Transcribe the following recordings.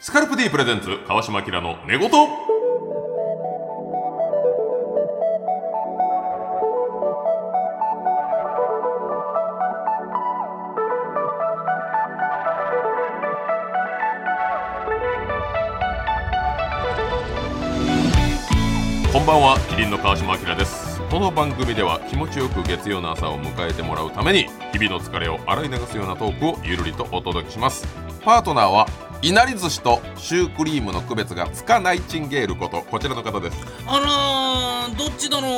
スカルプ D プレゼンツ川島明の寝言こんばんはキリンの川島明ですこの番組では気持ちよく月曜の朝を迎えてもらうために日々の疲れを洗い流すようなトークをゆるりとお届けしますパートナーはいなり寿司とシュークリームの区別がつかないチンゲールことこちらの方ですあらーどっちだろう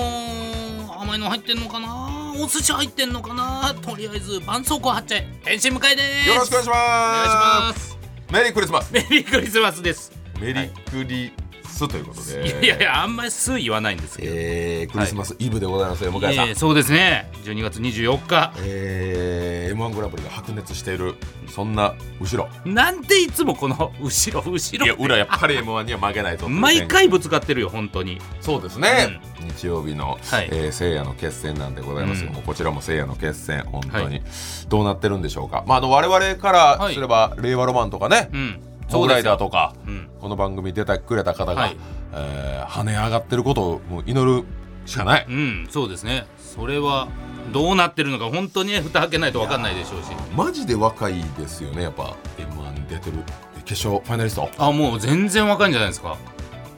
甘いの入ってんのかなお寿司入ってんのかなとりあえず絆創膏貼っちゃえ返信迎えでーすよろしくお願いしまお願いしますすメリークリスマスメリークリスマスですメリークリスということで、いやいやいやあんまりすぐ言わないんですけど、えー、クリスマスイブでございますよ、向井さん、えーそうですね12月24日えー、M1 グランプリが白熱しているそんな後ろなんでいつもこの後ろい後やろ裏やっぱり M1 には負けないぞと毎回ぶつかってるよ本当にそうですね、日曜日の、はいえー、聖夜の決戦なんでございますよ、うんもうこちらも聖夜の決戦本当に、はいどうなってるんでしょうかまああの我々からすれば、令和ロマンとかね、うん東大だととかうんこの番組出てくれた方が、はいえー跳ね上がってることをもう祈るしかない、うんそうですねそれはどうなってるのか本当にね蓋開けないと分かんないでしょうしマジで若いですよねやっぱ m 1出てる決勝ファイナリストあもう全然若いんじゃないですか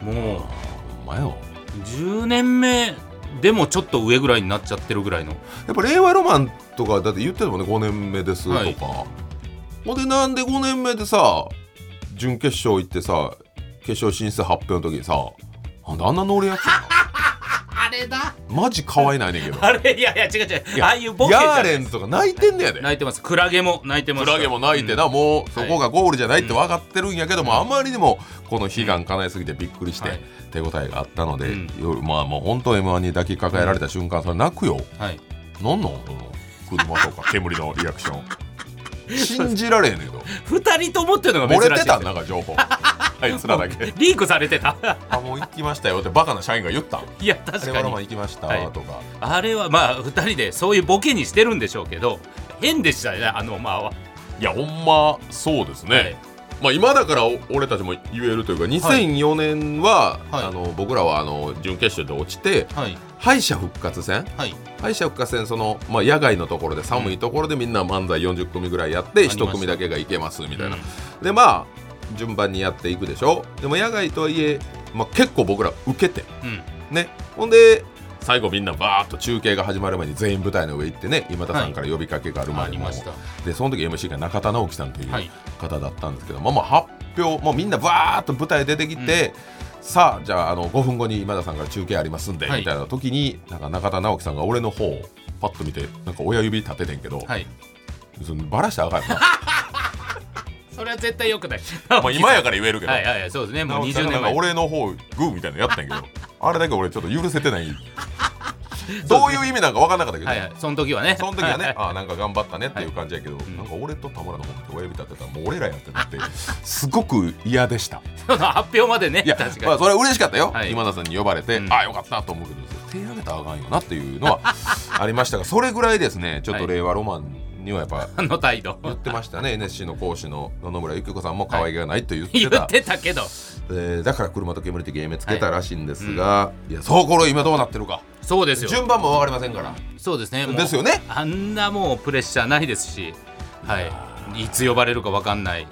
もうお前よ10年目でもちょっと上ぐらいになっちゃってるぐらいのやっぱ令和ロマンとかだって言ってたもんね5年目ですとか、はいほんでなんで5年目でさ準決勝行ってさ決勝進出発表の時にさなんであんなノリやつやあれだなマジ可愛いないねんけどあれいやいや違う違うああいうボケじヤゃーレンとか泣いてんねやで泣いてますクラゲも泣いてますクラゲも泣いてな、もうそこがゴールじゃないって分かってるんやけども、あまりにもこの悲願叶えすぎてびっくりして、はい手応えがあったので、うん夜まあもう本当 m 1に抱きかかえられた瞬間それ泣くよはいなんなんその車とか煙のリアクション 信じられへんねんけど2人ともっていうのが漏珍しれいてですよたんなんか情 報あいつらだけリークされてた あもう行きましたよってバカな社員が言ったんいやあれ確はかロマンに行きましたはいとか、、あれはまあ2人でそういうボケにしてるんでしょうけど変でしたねあのまあはいやほんまそうですね、はいまあ、今だからお俺たちも言えるというか2004年は、はいあの僕らはあの準決勝で落ちてはい敗者復活戦はい敗者復活戦その、まあ、野外のところで寒いところでみんな漫才40組ぐらいやってりました1組だけがいけますみたいな、うんでまあ順番にやっていくでしょでも野外とはいえ、まあ、結構僕ら受けてうんねほんで最後みんなバーッと中継が始まる前に全員舞台の上行ってね今田さんから呼びかけがあるまあでりも、ましたでその時 MC が中田直樹さんというはい方だったんですけど、まあまあ発表もうみんなバーッと舞台出てきて、さあじゃああの5分後に今田さんから中継ありますんで、はいみたいな時になんか中田直樹さんが俺の方をパッと見てなんか親指立ててんけど、はいそのバラしたらあ かんよそれは絶対良くない なもう今やから言えるけど、はいはいはいそうですねもう直樹さん20がな年んか前俺の方グーみたいなのやったんや けどあれだけ俺ちょっと許せてないどういう意味なんか分かんなかったけど、はいはいその時はねその時はね、いいあーなんか頑張ったねっていう感じやけど、んなんか俺と田村の方って親指立てたらもう俺らやってなってすごく嫌で したその発表までねいや確かに、まあ、それは嬉しかったよ、はい今田さんに呼ばれて、うんああよかったと思うけど手挙げたらあかんよなっていうのは ありましたがそれぐらいですねちょっと令和ロマンにはやっぱあの態度言ってま したね NSC の講師の野々村由紀子さんも可愛げがないって 言って言た、ってたけどえーだから車と煙って芸名つけたらしいんですが、いやそうこれ今どうなってるかそうですよ順番も分かりませんからそうですねもうですよねあんなもうプレッシャーないですしはいいつ呼ばれるかわかんない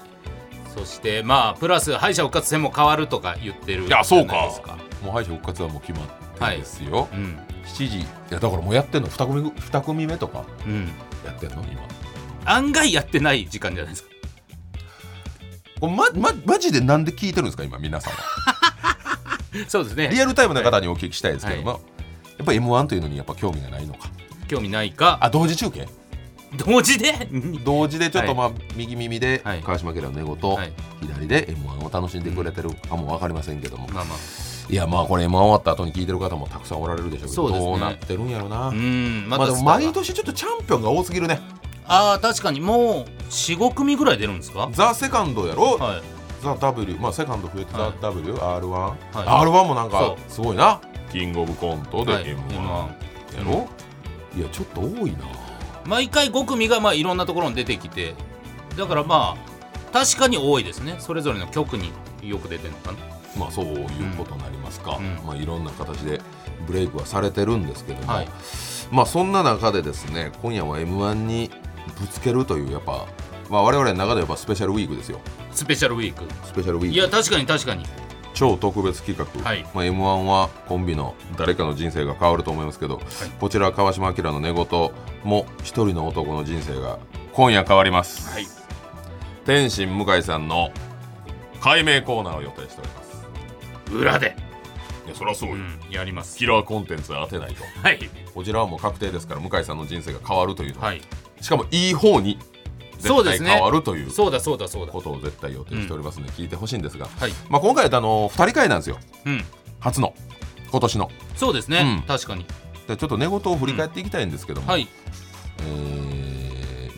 そしてまあプラス敗者復活戦も変わるとか言ってるいやそうかじゃないですかもう敗者復活はもう決まってですよ、うん7時いやだからもうやってんの2組ぐ二組目とかうんやってんの今案外やってない時間じゃないですか これままマジでなんで聞いてるんですか今皆さんはそうですねリアルタイムの方にお聞きしたいですけども、はやっぱ m 1というのにやっぱ興味がないのか興味ないかあ同時中継同時で同時でちょっとはいまあ、右耳ではい川島家の寝言、はい左で m 1を楽しんでくれてるかも分かりませんけども、まあまあいやまあこれ m 1終わった後に聞いてる方もたくさんおられるでしょうけどそうですねどうなってるんやろな、うんままあでだも毎年ちょっとチャンピオンが多すぎるねああ確かにもう45組ぐらい出るんですかザ・セカンドやろ、はいザ・ W まあセカンド増えてはザい・ W、R1、はい R1 もなんかそすごいなキングオブコントではい m 1 M1 やろ、いやちょっと多いな毎回5組がまあいろんなところに出てきてだからまあ確かに多いですねそれぞれの局によく出てるのかなまあ、そういうことになりますか、うんまあ、いろんな形でブレイクはされてるんですけども、はいまあ、そんな中でですね今夜は m 1にぶつけるというやっぱ、まあ、我々の中ではやっぱスペシャルウィークですよスペシャルウィークスペシャルウィいーやク確かに確かに超特別企画、はいまあ、m 1はコンビの誰かの人生が変わると思いますけど、こちら川島明の寝言も一人の男の人生が今夜変わります、はい天心向井さんの解明コーナーを予定しております裏で、いやそりゃそううよ、ん、やりますキラーコンテンツは当てないとはいこちらはもう確定ですから向井さんの人生が変わるというのは、はいしかもいい方にそ絶うで対すね変わるというそうだそうだそうだことを絶対予定しておりますので聞いてほしいんですが、はいまあ、今回あの2人会なんですようん初の今年のそうですね、うん確かにでちょっと寝言を振り返っていきたいんですけども、はいい えー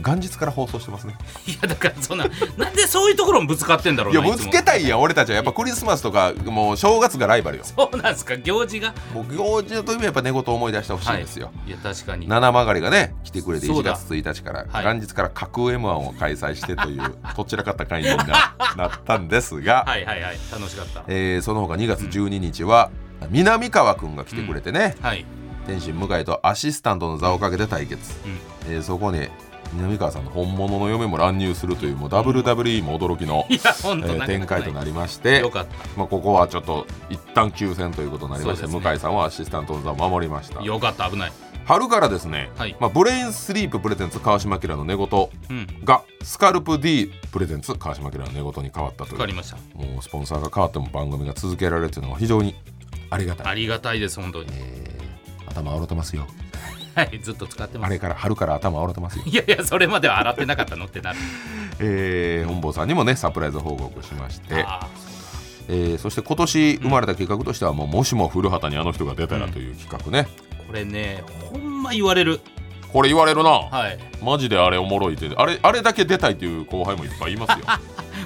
元日から放送してますねやだからそんななんでそういうところもぶつかってんだろういやなぶつけいたいやん俺たちはやっぱクリスマスとかもう正月がライバルよつもそうなんですか行事がもう行事といえばやっぱ寝言を思い出してほしいんですよ、はい、いや確かに七曲がりがね来てくれてそ1うだ月1日から、はい元日から架空 m 1を開催してという どちらかった会員がなったんですが、はいはいはい楽しかったえーその他2月12日は、南川くんが来てくれてね、はい、天心向井とアシスタントの座をかけて対決、うん、えーそこに南川さんの本物の嫁も乱入するというもう WWE も驚きの、いえや本当なーかなか展開となりりましてよかったまあ、ここはちょっと一旦休戦ということになりまして、そうですね向井さんはアシスタントの座を守りましたよかった危ない春からですね、はいまあ、ブレインスリーププレゼンツ川島明の寝言うんがスカルプ D プレゼンツ川島明の寝言に変わったと分かいりうましたもうスポンサーが変わっても番組が続けられるというのは非常にありがたい、ありがたいです本当に えー頭洗ってますよはいずっと使ってまあすれから春から頭洗ってますよいやいやそれまでは洗ってなかったのっ てなるえー本坊さんにもねサプライズ報告しまして、あえーそして今年生まれた企画としてはもうもしも古畑にあの人が出たらという企画ね、ーこれねほんま言われるこれ言われるな、はいマジであれおもろいってあれあれだけ出たいという後輩もいっぱいいますよ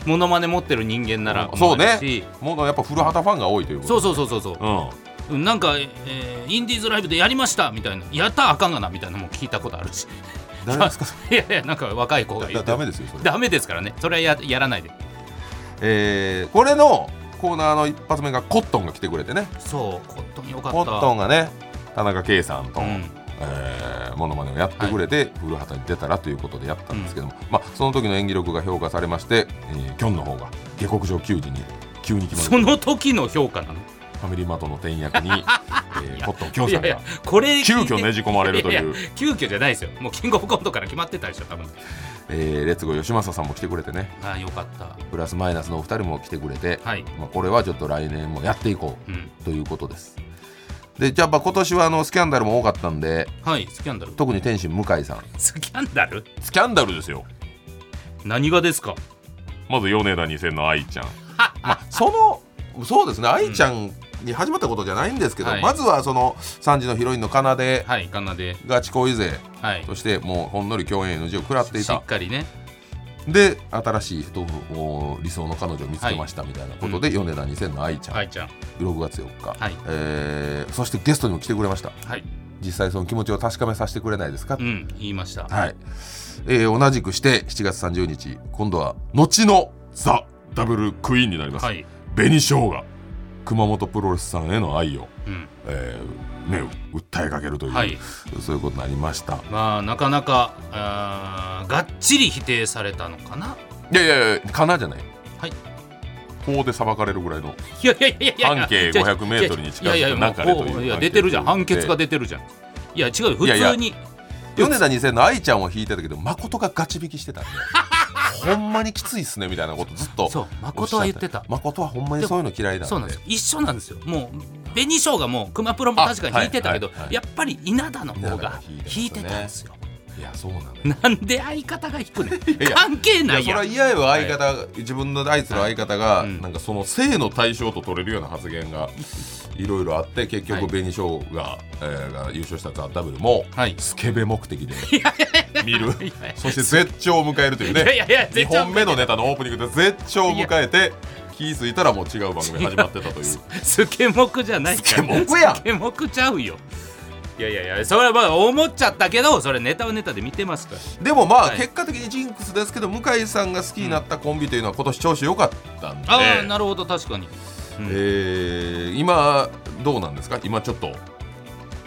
モノマネ持ってる人間 ならそう思えるねしもうやっぱ古畑ファンが多いということ、そうそうそうそうそうんうなんか、えーインディーズライブでやりましたみたいなやったらあかんがなみたいなのも聞いたことあるし 誰ですかいやいやなんか若い子が言だってダメですよそれ、ダメですからねそれはややらないでえーこれのコーナーの一発目がコットンが来てくれてねそうコットンよかったコットンがね田中圭さんと、うんえーモノマネをやってくれて、古畑に出たらということでやったんですけども、まあ、その時の演技力が評価されまして、えー、キョンの方が下克上球児に急に決そまるの時の評価なのファミリーマートの店役に、えーコットンキョンいさんやいがやこれ急遽ねじ込まれるというやや急遽じゃないですよもうキングオブコントから決まってたでしょ多分えーレッツゴー吉正さんも来てくれてねああよかったプラスマイナスのお二人も来てくれて、はいまあ、これはちょっと来年もやっていこうんうということです。でじゃあまあ今年はあのスキャンダルも多かったんではいスキャンダル特に天心向井さんスキャンダルスキャンダルですよ何がですかまず米田2000の愛ちゃんまあそのそうですね愛ちゃんに始まったことじゃないんですけど、はいまずはその3時のヒロインの奏ではいカナでがちこい勢はいとしてもうほんのり共演 NG を食らっていしたっかりねで新しい人を理想の彼女を見つけましたみたいなことで、米田2000の愛ちゃん、愛ちゃん6月4日、はいえーそしてゲストにも来てくれましたはい実際その気持ちを確かめさせてくれないですか、うん言いましたはい、えー同じくして7月30日今度は後のザ・ダブルクイーンになります、はい紅しょうが熊本プロレスさんへの愛を、うんえーね、訴えかけるという、はいそういうことになりましたまあなかなかあーがっちり否定されたのかないやいやいやかなじゃない、はい法で裁かれるぐらいのいやいやいやいや半径500メートルに近づくいやいや中でというもういや出てるじゃん判判決決でが出てるじゃんいや違うよ普いやいや通に米田2000の愛ちゃんを引いてたけど誠がガチ引きしてたん でほんまにきついっすねみたいなことずっとそう誠は言ってた誠はほんまにそういうの嫌いなんでそうなんですよ一緒なんですよもう紅しょうがもう熊プロも確かに引いてたけど、あはいはいはいやっぱり稲田の方が引引いいててたんですねたんですよいやそうなのよなんで相方が引くねん やいや関係いなやいそれやはん嫌よ相方、自分のあいつの相方が、いうんなんかその性の対象と取れるような発言がいろいろあって結はい局紅しょうが,、えーが優勝したザ・ダブルも、はいスケベ目的で見るいやいやそして絶頂を迎えるというねいやいやいや2絶頂本目のネタのオープニングで絶頂を迎えて気ぃ付いたらもう違う番組始まってたというスケモクじゃないからスケモクやんスケモクちゃうよいやいやいやそれはまあ思っちゃったけどそれネタはネタで見てますからでもまあ、はい結果的にジンクスですけど向井さんが好きになったコンビというのは今年調子良かったんで、ああ、なるほど確かに、うんえー今どうなんですか今ちょっと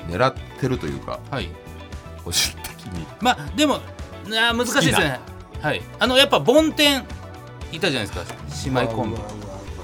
狙ってるというかはい個人的にまあでもあー難しいですねはいあのやっぱ梵天いたじゃないですか姉妹コンビ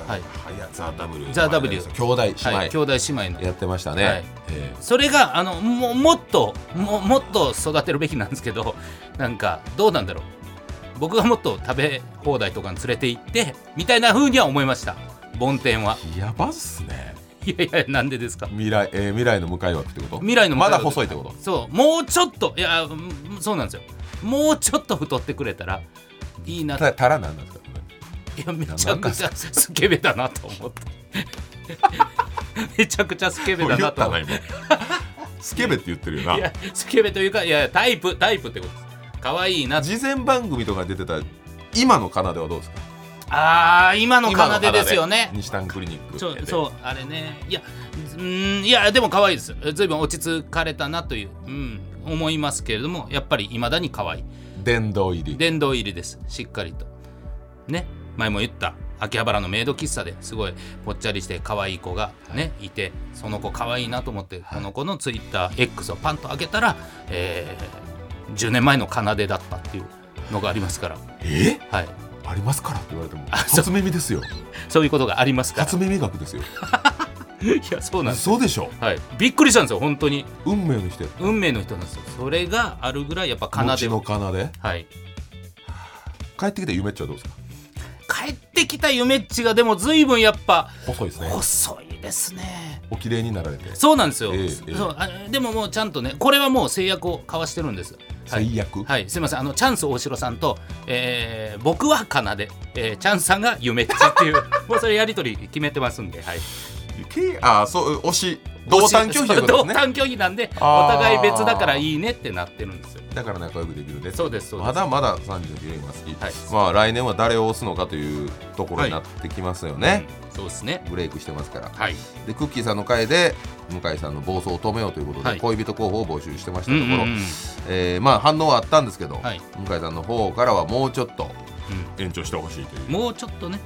はいいやザ・ W ザ W 兄弟姉妹、はい、兄弟姉妹のやってましたね、はいえそれがあのももっとももっと育てるべきなんですけどなんかどうなんだろう僕がもっと食べ放題とかに連れて行ってみたいな風には思いました梵天は ーやばっすねいやいやなんでですか未来、えー未来の向かい枠ってこと未来の向かまい枠だ細いってことそうもうちょっといやうんそうなんですよもうちょっと太ってくれたらいいなってたたらなんですかこれいやめちゃくちゃスケベだなと思って めちゃくちゃスケベだ言なったとな思って今 スケベって言ってるよいなやスケベというかいやタイプタイプってことです可愛いなって事前番組とか出てた今の奏ではどうですかあー今の今奏でですよね西丹クリニックちょでそうあれねいやうーんいやでも可愛いですずいぶん落ち着かれたなという、うん、思いますけれどもやっぱり未だに可愛い殿堂入り殿堂入りですしっかりとね前も言った秋葉原のメイド喫茶ですごいぽっちゃりして可愛い子がね、い、てその子可愛いなと思って、この子のツイッター X をパンと開けたら、えー10年前の奏でだったっていうのがありますからえはいありますからって言われてもそう初耳ですよそういうことがありますから初耳学ですよいやそうなんです嘘でしょはい、びっくりしたんですよ本当に運命の人や運命の人なんですよそれがあるぐらいやっぱ奏後での奏ではい帰ってきた夢っちはどうですか帰ってきた夢っちがでも随分やっぱ細いですね細いですねお綺麗になられてそうなんですよ、ええええそうあでももうちゃんとねこれはもう制約を交わしてるんですはい最悪はい、すみませんあのチャンス大城さんと、えー僕は奏で、えーチャンスさんが夢っちっていう もうそれやり取り決めてますんで、はい、けあそう推し同担拒否ということ同ですね担拒否なんでおあー互い別だからいいねってなってるんですよだから仲良くできるねそうですそうですまだまだ39年は好き、はいまあ来年は誰を推すのかというところになってきますよね、うんそうですねブレイクしてますからはいでクッキーさんの回で向井さんの暴走を止めようということで、はい恋人候補を募集してましたうとんこうろ、んうんえーまあ、反応はあったんですけど、はい向井さんの方からはもうちょっとうん延長してほしいというもうちょっとね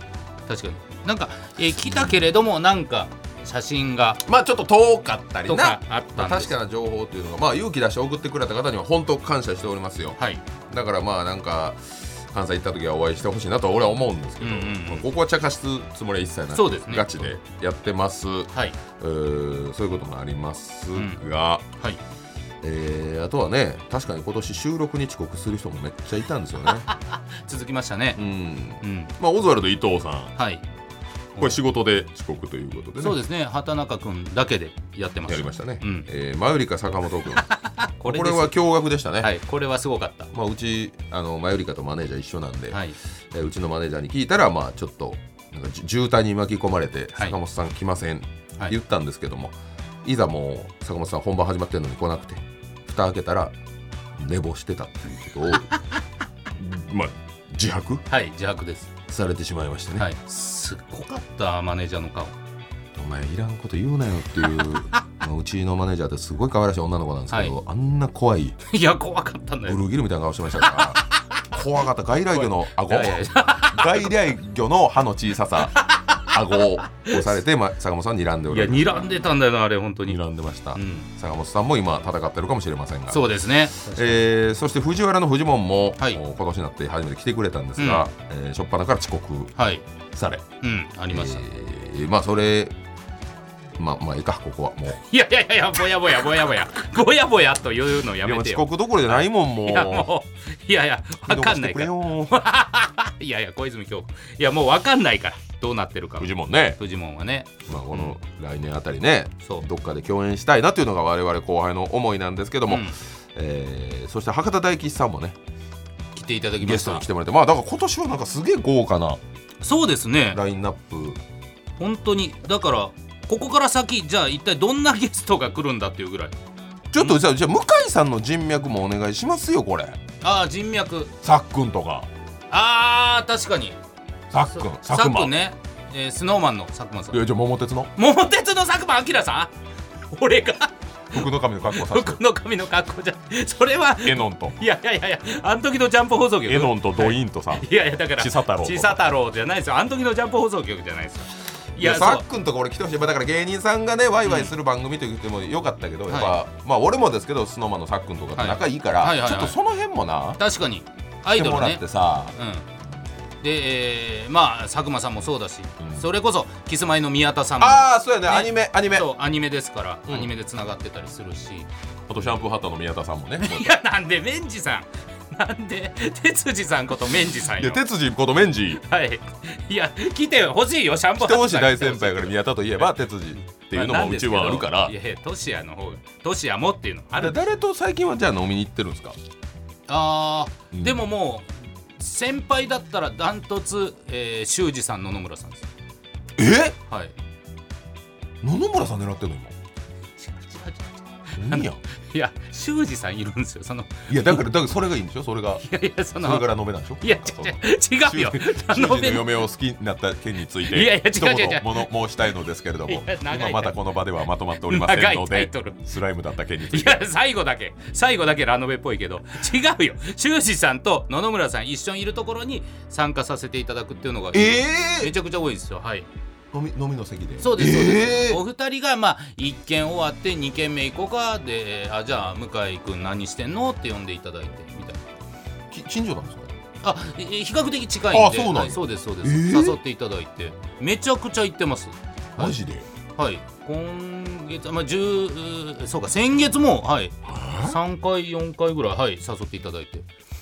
確かになんか、えー来たけれどもなんか写真がまあちょっと遠かったりとなか、あったまあんで確すかな情報というのが、まあ、勇気出して送ってくれた方には本当感謝しておりますよはいだからまあなんか関西行った時はお会いしてほしいなとは俺は思うんですけど、うんうんうんまあここは茶化すつもりは一切ないそうですねガチでやってます、うはいーそういうこともありますが、はいえーあとはね確かに今年収録に遅刻する人もめっちゃいたんですよ ね続きましたねうんうん、まあオズワルド伊藤さんはいこれ仕事で遅刻ということでねそうですね畑中君だけでやってましたやりましたね、うんえーマユリカ坂本君あここれれですは驚愕でしたね、はいこれはすごかったまあ、うちあのマユリカとマネージャー一緒なんで、はいえーうちのマネージャーに聞いたら、まあ、ちょっとなんかじ渋滞に巻き込まれて「はい坂本さん来ません」はい言ったんですけども、い、ざもう坂本さん本番始まってるのに来なくて蓋開けたら寝坊してたっていう ことをまあ自白はい自白ですされてしまいましてね、はいすっごかったマネージャーの顔 お前いらんこと言うなよっていうまあうちのマネージャーってすごい可愛らしい女の子なんですけど、はあんな怖いいや怖かったんだブルよーギルみたいな顔してましたから 怖かった外来魚の顎いやいや外来魚の歯の小ささ顎を押されて、まあ、坂本さん睨んでおいやります睨んでたんだよなあれ本当に睨んでました、うん坂本さんも今戦ってるかもしれませんがそうですねえーそして藤原のフジモンも、はいもう今年になって初めて来てくれたんですが、えー初っ端から遅刻はいされうんありました、えーまあそれまあまあいいかここはもういやいやいやいやぼやぼやぼやぼやぼやぼやというのやいやめもうて遅よ刻どころじゃないもんもういやもういやいやわかんないから見逃してくれよいやいや小泉今日いやもうわかんないからどうなってるかフジモンねフジモンはねまあ、この来年あたりね、そうどっかで共演したいなというのが我々後輩の思いなんですけども、うんえーそして博多大吉さんもね来ていただきまゲしストたに来てもらってまあだから今年はなんかすげえ豪華なそうですねラインナップ本当にだからここから先じゃあ一体どんなゲストが来るんだっていうぐらいちょっとじゃあじゃあ向井さんの人脈もお願いしますよこれああ人脈さっくんとかあー確かにさっくんさ佐久っ間くんね、えー、スノーマンの佐久間さいんやじゃあ桃鉄の桃鉄の佐久間明さん俺が福の神の格好させて 僕の髪の格好じゃそれはエノンといやいやいやいやあの時のジャンプ放送局エノンとドイーンとさ、いやいやだから千佐太郎と千佐太郎じゃないですよあの時のジャンプ放送局じゃないですよいいややさそっくんとか俺来てほしいまあだから芸人さんがねワイワイする番組と言ってもよかったけど、やっぱ、はまあ俺もですけど SｎowMan のさっくんとかと仲いいから、はいはいはいちょはいっとその辺もなう確かにアイ来てドもルらっねてさ、うんで、えーまあ佐久間さんもそうだし、うんそれこそキスマイの宮田さんもああそうやねねアニメアニメあそうアニメですから、うんアニメでつながってたりするしとシャンプーハッタの宮田さんもねいやなんでメンジさん なんで哲司さんことメンジさんいやよ哲司ことメンジ ーはいいや来てほしいよシャンプー来てほしいハッ大トさん先輩から宮田といえば哲司っていうのまあなもんうでちすけどはあるからいやいやトシヤの方トシヤもっていうのあでる誰と最近はじゃあ飲みに行ってるんですかあうー、んでももう先輩だったらダントツ、えー、修二さん野々村さんですえはい野々村さん狙ってんの今何やいや修二さんいるんですよそのいやだからだからそれがいいんでしょそれがいやいやそそのれから飲めないでしょいや違そうう違う違うよ主人の嫁を好きになった件についていやいや違う一言違う違うもの申したいのですけれどいもや長い今まだこの場ではまとまっておりませんの長いでタイトルスライムだった件についいてや最後だけ最後だけラノベっぽいけど違うよ修二さんと野々村さん一緒にいるところに参加させていただくっていうのがえめちゃくちゃ多いですよはいー飲み飲みの席でそうですそうです、えーお二人がまあ一軒終わって二軒目行こうかであじゃあ向井君何してんのって呼んでいただいてみたいなき近所なんですかあえ比較的近いんであそうなんだはいそうですそうでえす、ー誘っていただいてめちゃくちゃ行ってますはいマジではい今月まあ10そうか先月もはい3回4回ぐらいはい誘っていただいて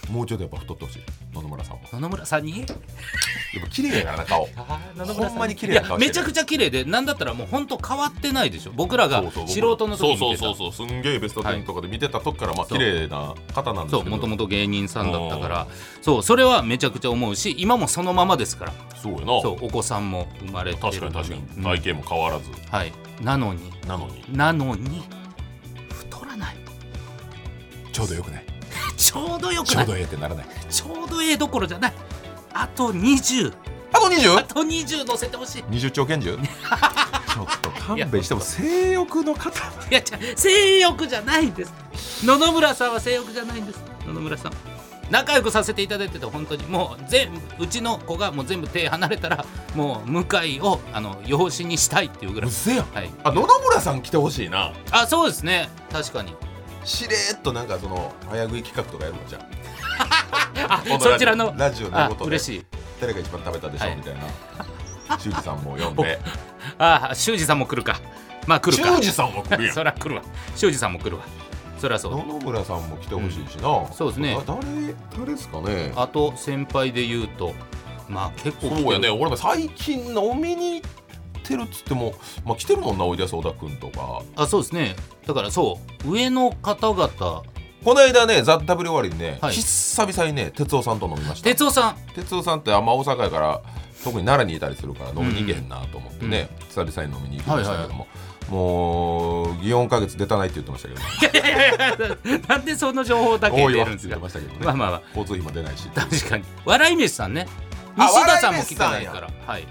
もうちょっとやっぱ太ってほしい野々村さんも野々村さんにやっぱ綺麗やからな顔野々村さんにほんまに綺麗いなや顔してるめちゃくちゃ綺麗でなんだったらもう本当変わってないでしょ僕らがそうそう素僕人の時に見てたそうそうそうそうすんげえベスト10とかで見てた時からまあ綺麗な方なんですそうけどもともと芸人さんだったからそうそれはめちゃくちゃ思うし今もそのままですからそうやなそうお子さんも生まれて確るかに確かにうん体型も変わらずはいなのになのになのに太らないちょうどよくないちょうどよくちなょういどええってならないちょうどええどころじゃないあと20あとあ 20? と20乗せてほしい20兆 拳銃ちょっと勘弁しても性欲の方いや違う性欲じゃないんです野々村さんは性欲じゃないんです野々村さん仲良くさせていただいてて本当にもう全部うちの子がもう全部手離れたらもう向井をあの養子にしたいっていうぐらういっ、せやんはい、あ野々村さん来てほしいなあそうですね確かにしれーっとなんかその早食い企画とかやるのじゃんあこのラジオ そちらのラジオのあことで嬉しい誰が一番食べたでしょはういみたいな修二さんも呼ん であ修二さんも来るかまあ来修るか二さんも来るやん そりゃ来るわ修二さんも来るわそりゃそう野々村さんも来てほしいしな、そうですねあ誰誰ですかねあと先輩で言うとまあ結構来てるそうやね俺も最近飲みに行ってるっつってもまあ来てるもんなおいでやす小田君とかあそうですねだからそう上の方々この間ね「ザ・ w 終わりにね、はい久々にね哲夫さんと飲みました哲夫さん 哲夫さんってあんま大阪やから特に奈良にいたりするから飲みに行けへんなと思ってね、久々に飲みに行きましたけども、もう祇園花月出たないって言ってましたけど、いやいやいやなんでその情報だけ多い出わっるんてで言ってすかましたけどね、まあまあまあ交通費も出ないし確かに笑い飯さんねあ西田さんも聞かないか笑らはい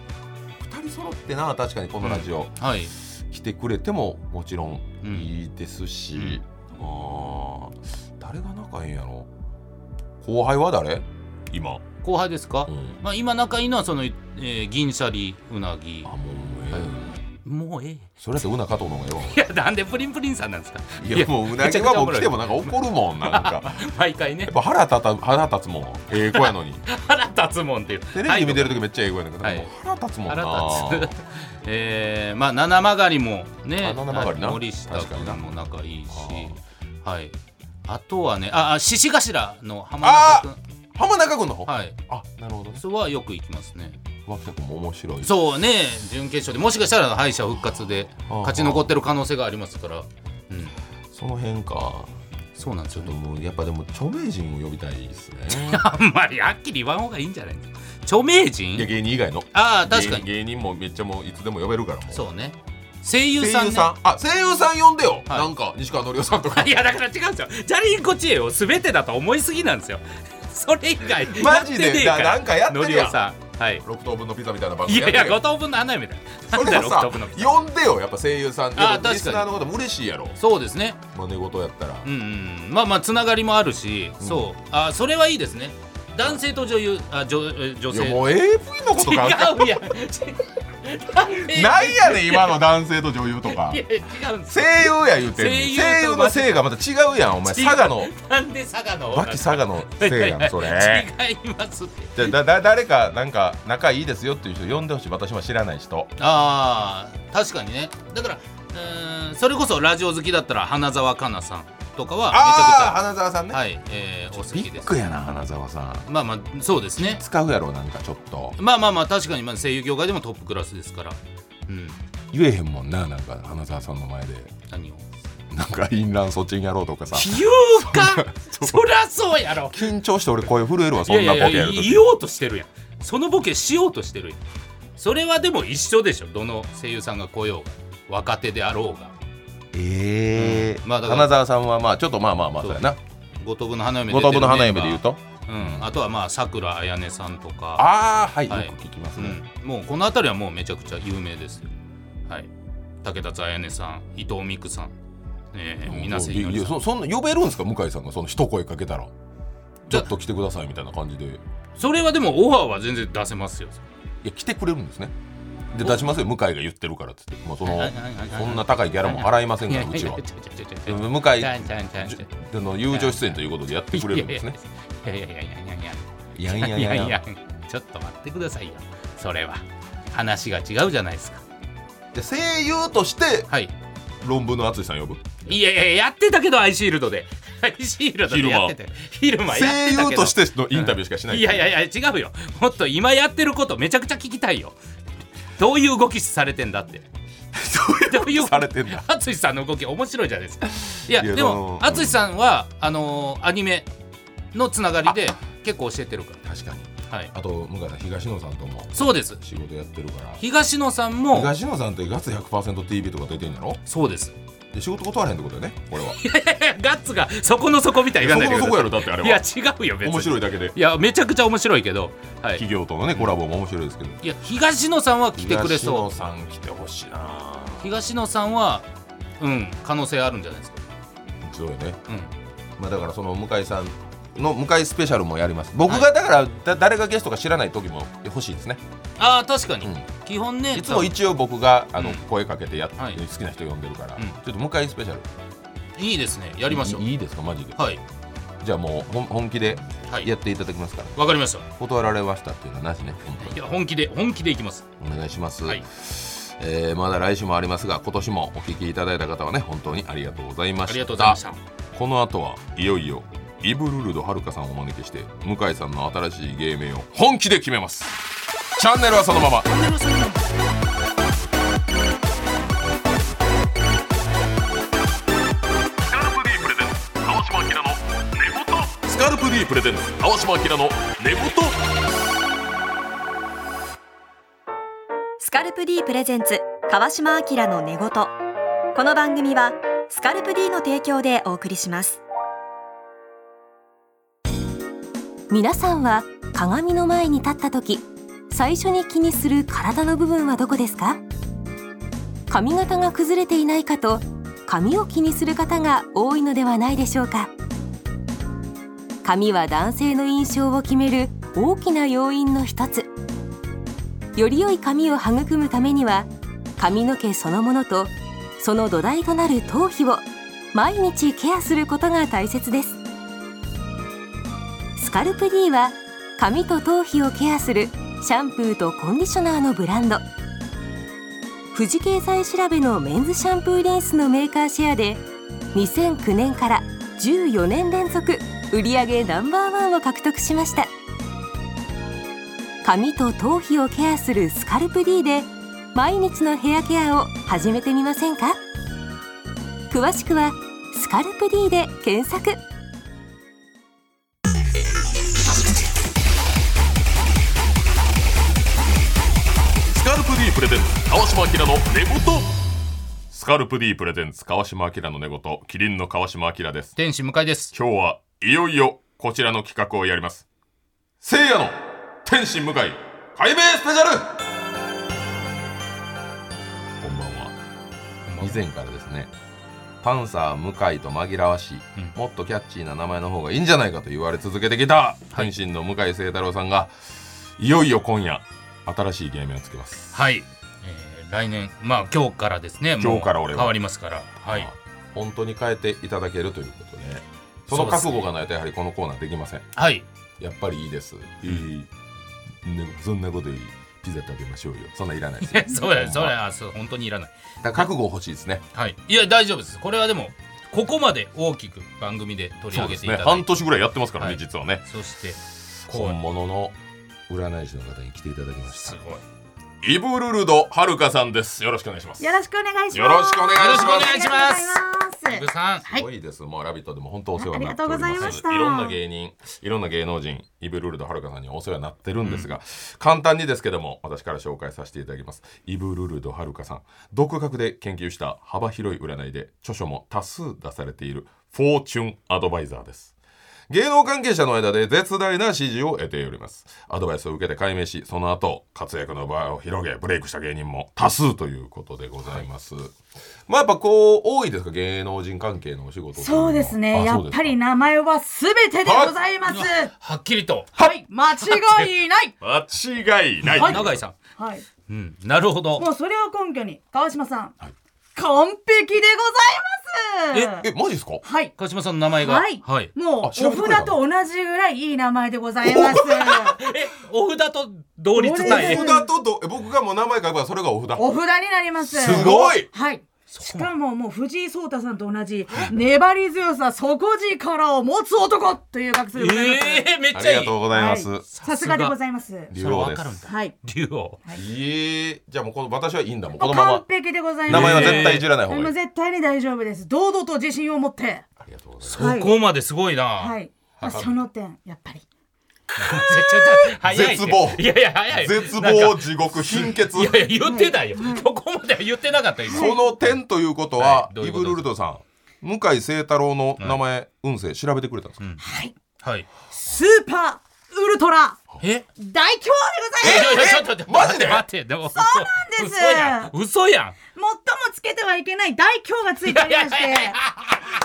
2人揃ってな確かにこのラジオ、はい来てくれてももちろんうんいいですし、ああー誰が仲いいんやろ後輩は誰今、後輩ですかうん、まあ今仲いいのはそのえー銀シャリうなぎあもうええ、はいもうええそれやったらうな加藤の方がえいやなんでプリンプリンさんなんですかえわいやもううなぎはもう来てもなんか怒るもんなんか毎回ねやっぱ腹立た腹立つもんええ子や のに腹立つもんっていうテレビ見てる態時めっちゃええ子やねんけど、はいもう腹立つもんな腹立つ えーまあ七曲がりもあね七曲りな森下確か君になも仲いいしあはいあとはねああ獅子頭の浜中浜中君の方、君はいあなるほどねそれはよく行きますね脇田君も面白いそうね準決勝でもしかしたら敗者復活であー勝ち残ってる可能性がありますから、うん、その辺かそうなんですちょよっともうやっぱでも著名人を呼びたいです ねあんまりはっきり言わん方がいいんじゃないですか著名いや人芸人以外のああ確かに芸芸人もめっちゃもういつでも呼べるからもうそうね声優声優ささんん,、ねあ声優さん呼んでよ、はいなんか西川のりおさんとかいやだから違うんですよジャリンコ知恵を全てだと思いすぎなんですよそれ以外 マジでやってねえからななんかやってるやんのりおさんはい6等分のピザみたいな番組いやいやってる5等分の穴嫁だよそなんだれよも6さ等分のピザ呼んでよやっぱ声優さんやっぱあリスナーのことも嬉しいやろそうですね真似事やったらうんうんまあまあつながりもあるし、うんそうあそれはいいですね男性と女優あ女え女い性やもう AV のこと考え違うやんないやねん今の男性と女優とかいや違うんです声優や言うてんねん声優と声優の性がまた違うやんお前違う佐賀のなんで佐賀の脇佐賀の性やんそれ 違いますってじゃあだだ誰かなんか仲いいですよっていう人呼んでほしい私も知らない人あー確かにねだからうーんそれこそラジオ好きだったら花澤香菜さんとかはめああちゃ花澤さんくちね、ゃ、はいえー、お好ビきでッすグやな花澤さんまあまあそうですね使うやろなんかちょっとまあまあまあ確かにまあ声優業界でもトップクラスですからうん言えへんもんななんか花澤さんの前で何をなんかインランそっちにやろうとか さ言うか そりゃそうやろ緊張して俺声震えるわそんなボケやるとき言おうとしてるやんそのボケしようとしてるやんそれはでも一緒でしょどの声優さんが来ようが若手であろうがええうんまあだから花澤さんはまあちょっとまあまあまあそそううやな五等分の花嫁五等分の花嫁で言うと、とうん、あとはまあさくらあやねさんとかああはいよくはい聞きますうねん、もうこの辺りはもうめちゃくちゃ有名ですよはい竹田彩音さん伊藤美久さんえうんー、水瀬いひやのいりやさんそそんな呼べるんですか向井さんがその一声かけたらちょっと来てくださいみたいな感じでいそれはでもオファーは全然出せますよや来てくれるんですねで出しますよ向井が言ってるからっつって、まあ、そのはいはいはいはいはいそんな高いギャラも払いませんいかやらいうやいちやはちょちょちょちょでも向井ちゃんちゃんちゃんちゃんでの友情出演ということでやってくれるんですねいやいやいやいやいやいやいやいいややいいややちょっと待ってくださいよそれは話が違うじゃないですかで声優としてはい論文の淳さん呼ぶいやいややってたけどアイシールドでアイシールドでやってて昼声間やってたけど優としてのインタビューしかしないいやいやいや違うよもっと今やってることめちゃくちゃ聞きたいよどういう動きされてんだって どういうされてんだ淳さんの動き面白いじゃないですかいやいやでもその淳さんはあのーアニメのつながりで結構教えてるか確かにらはいあと向井さん東野さんともそうです仕事やってるから東野さんも東野さんってガッツ 100%TV とか出てんやろそうです で仕事断らへんってことだよねこれはガッツがそこの底みたいに言わないでくださいそこの底やろだってあれはいや違うよ別に面白いだけでいやめちゃくちゃ面白いけど、はい、企業とのねコラボも面白いですけどいや東野さんは来てくれそう東野さん来てほしいな東野さんはうん可能性あるんじゃないですか、そうよねうん、まあだからその向井さんの向井スペシャルもやります僕がだから、だ誰がゲストか知らない時も欲しいですねああ確かに、うん基本ねいつも一応僕があの、うん声かけてやって、はい好きな人呼んでるから、うんちょっと向井スペシャルいいですねやりましょういいいですかマジではいじゃあもうほん本気ではいやっていただきますから、わかりました断られましたっていうのはなしね本当いにや本気で本気でいきますお願いします、はいえーまだ来週もありますが今年もお聞きいただいた方はね本当にありがとうございまあしたりがとうございましたこの後はいよいよイブルルドはるかさんをお招きして向井さんの新しい芸名を本気で決めますチャンネルはそのままスカルプ D プレゼンツ川島明の寝言スカルプ D プレゼンツ川島明の寝言スカルプ D プレゼンツ川島明の寝言この番組はスカルプ D の提供でお送りします皆さんは鏡の前に立った時最初に気にする体の部分はどこですか髪型が崩れていないかと髪を気にする方が多いのではないでしょうか髪は男性の印象を決める大きな要因の一つより良い髪を育むためには髪の毛そのものとその土台となる頭皮を毎日ケアすることが大切ですスカルプ D は髪と頭皮をケアするシャンプーとコンディショナーのブランド富士経済調べのメンズシャンプーリンスのメーカーシェアで2009年から14年連続売上ナンバーワンを獲得しました髪と頭皮をケアするスカルプ D で毎日のヘアケアを始めてみませんか詳しくは「スカルプ D」で検索スカルプ D プレゼンツ川島明の寝言スカルプ D プレゼンツ川島明の寝言キリンの川島明です天使向井です今日はいよいよこちらの企画をやりますせいやの天心向井解明スペシャルこんばんは以前からですねパンサー向井と紛らわしい、うんもっとキャッチーな名前の方がいいんじゃないかと言われ続けてきたい阪神の向井聖太郎さんがいよいよ今夜新しい芸名をつけますはい、えー来年まあ今日からですねもう今日から俺は変わりますからはいまあ本当に変えていただけるということでその覚悟がないとやはりこのコーナーできませんはい やっぱりいいですいい、ねそんなこといいピザ食べましょうよそんないらないですいよやそうやそれだかはそう本当にいらないら覚悟欲しいですねはいいや大丈夫ですこれはでもここまで大きく番組で取りそう上でげすていたねだい半て年ぐらいやってますからね、はい実はねそ,、してこ本う物の占い師の方に来ていただきましすたごいイブルルドはるかさんですよろしくお願いしますよろしくお願いします。よろしくお願いしますよろしくお願いしますありがとうございイブます。さんはいすごいです、もう「ラビット!」でも本当お世話になっておりあまりがとうございますしたいろんな芸人いろんな芸能人イブルルドはるかさんにお世話になってるんですが、簡単にですけども私から紹介させていただきますイブルルドはるかさん独学で研究した幅広い占いで著書も多数出されているフォーチュンアドバイザーです芸能関係者の間で絶大な支持を得ておりますアドバイスを受けて解明しその後活躍の場を広げブレイクした芸人も多数ということでございます、まあやっぱこう多いですか芸能人関係のお仕事といのはそうですね。あやそうっですぱかり名前はすべてでございます。はっきりとはい、間違 いない。間違いない、はい永井さんはい、うんなるほどもうそれを根拠に川島さん、はい完璧でございます。えマジですかはい、川島さんの名前がはいはいもうあお調べてくれた札と同じぐらいいい名前でございます。えお札と同率おは単い位札とどえ僕がもう名前書けばそれがお札お札になります。すごいはい。しそうかももう藤井聡太さんと同じ粘り強さ底力を持つ男という学生でございます。えー、めっあちゃりいがいとうございます、はさすさすががでございます。竜王ですそれわかるんだはい。竜王いえじゃあもうこの私はいいんだもうこものうま完ま璧でございま名す。前は絶対いじらない方がもいうい、絶対に大丈夫です。堂々と自信を持って。ありがとうございますそこまですごいな、 はい。まあその点、やっぱり。早いって絶望いやいや早い絶なん望か地獄貧い血やいや言ってたよ、そこまでは言ってなかった今その点ということは、はいどういイうこブとルルドさん向井聖太郎の名前、運勢調べてくれたんですか、はい。はいスーパーウルトラえ大凶でえございます。ちょっと待ってマジで待ってでもそうなんです嘘やん嘘やん最もつけてはいけない大凶がついておりましいやいやいやて。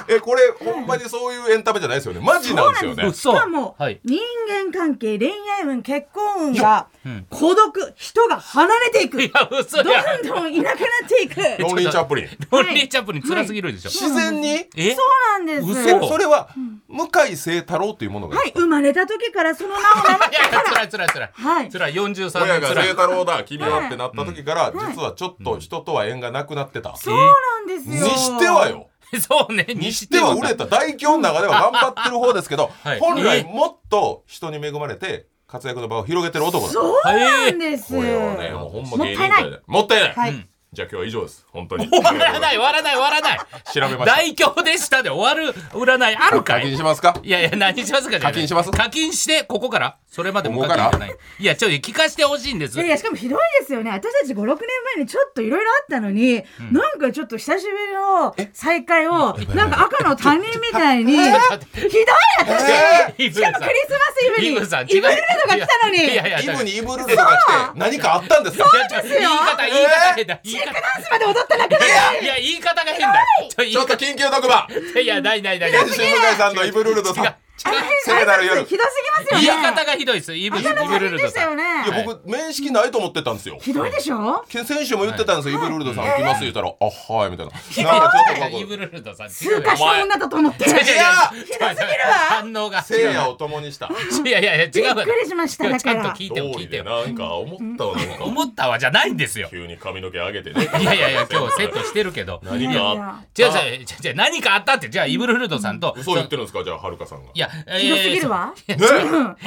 えこれほんまにそういうエンタメじゃないですよねマジなんですよねしかも、はい人間関係、恋愛運、結婚運がうん孤独、人が離れていく。いや嘘どんやんどんいなくなっていく。ょっロンリー・チャップリンロンリーチャップに辛すぎるでしょ、自然にえそうなんです。嘘それは向井聖太郎というものが、はい、生まれた時からその名を名乗っいやいや辛い辛い辛いはい辛い43年親が辛聖い太郎だ君はってなった時から、い実はちょっと人とは縁がなくなってた、そうなんですによ。してはよそうねにしては売れた大企業の中では頑張ってる方ですけど、 はい本来もっと人に恵まれて活躍の場を広げてる男だそうなんです。これはねもうほんま芸人みたいでもったいない、はいうんじゃあ今日は以上です本当に終わらない終わらない終わらない調べました大凶でしたで終わる占いあるか課金いしますかいやいや何しますかじゃな課い金します課金してここからそれまでこも課こから金じゃないいやちょっと聞かせてほしいんですいやいやしかもひどいですよね私たち56年前にちょっといろいろあったのに、なんかちょっと久しぶりの再会をなんか赤の他人みた いにひどイブい私しかもクリスマスイブにイブルルドが違う来たのにいやいやイいやブにイブルルドが来 て何かあったんですかいやちょ言い方言い方変だ言い方ダンスまで踊っただけでいや言い方が変だちょ言いちょっと方緊急特番いやないないない天心向井さんのイブルルドさん違う聖なる夜挨拶ひどすぎますよね言い方がひどいですイブイ赤のブ他ル人ルでドしたさよんねいや僕面識ないと思ってたんですよひどいでしょけ先週も言ってたんですよ、イブルルドさん来ます言ったら、あはいみたいな。ないんかちょっとやこイブうルルドさん違う通過した女だと思っていやいやいやいやひどすぎるわ反応が聖夜を共にした。い やいやいや違うわびっくりしましただちかゃんらと聞いても通聞いりてでもなんか思ったわなんか思ったわじゃないんです よ急に髪の毛上げてね。 いやいや いや今日セットしてるけど何いかやいあやった違う違う違う違う何かあったってじゃあイブルルドさんと嘘言ってるんですかじゃあはるかさんが。いやひひどすぎるわねえ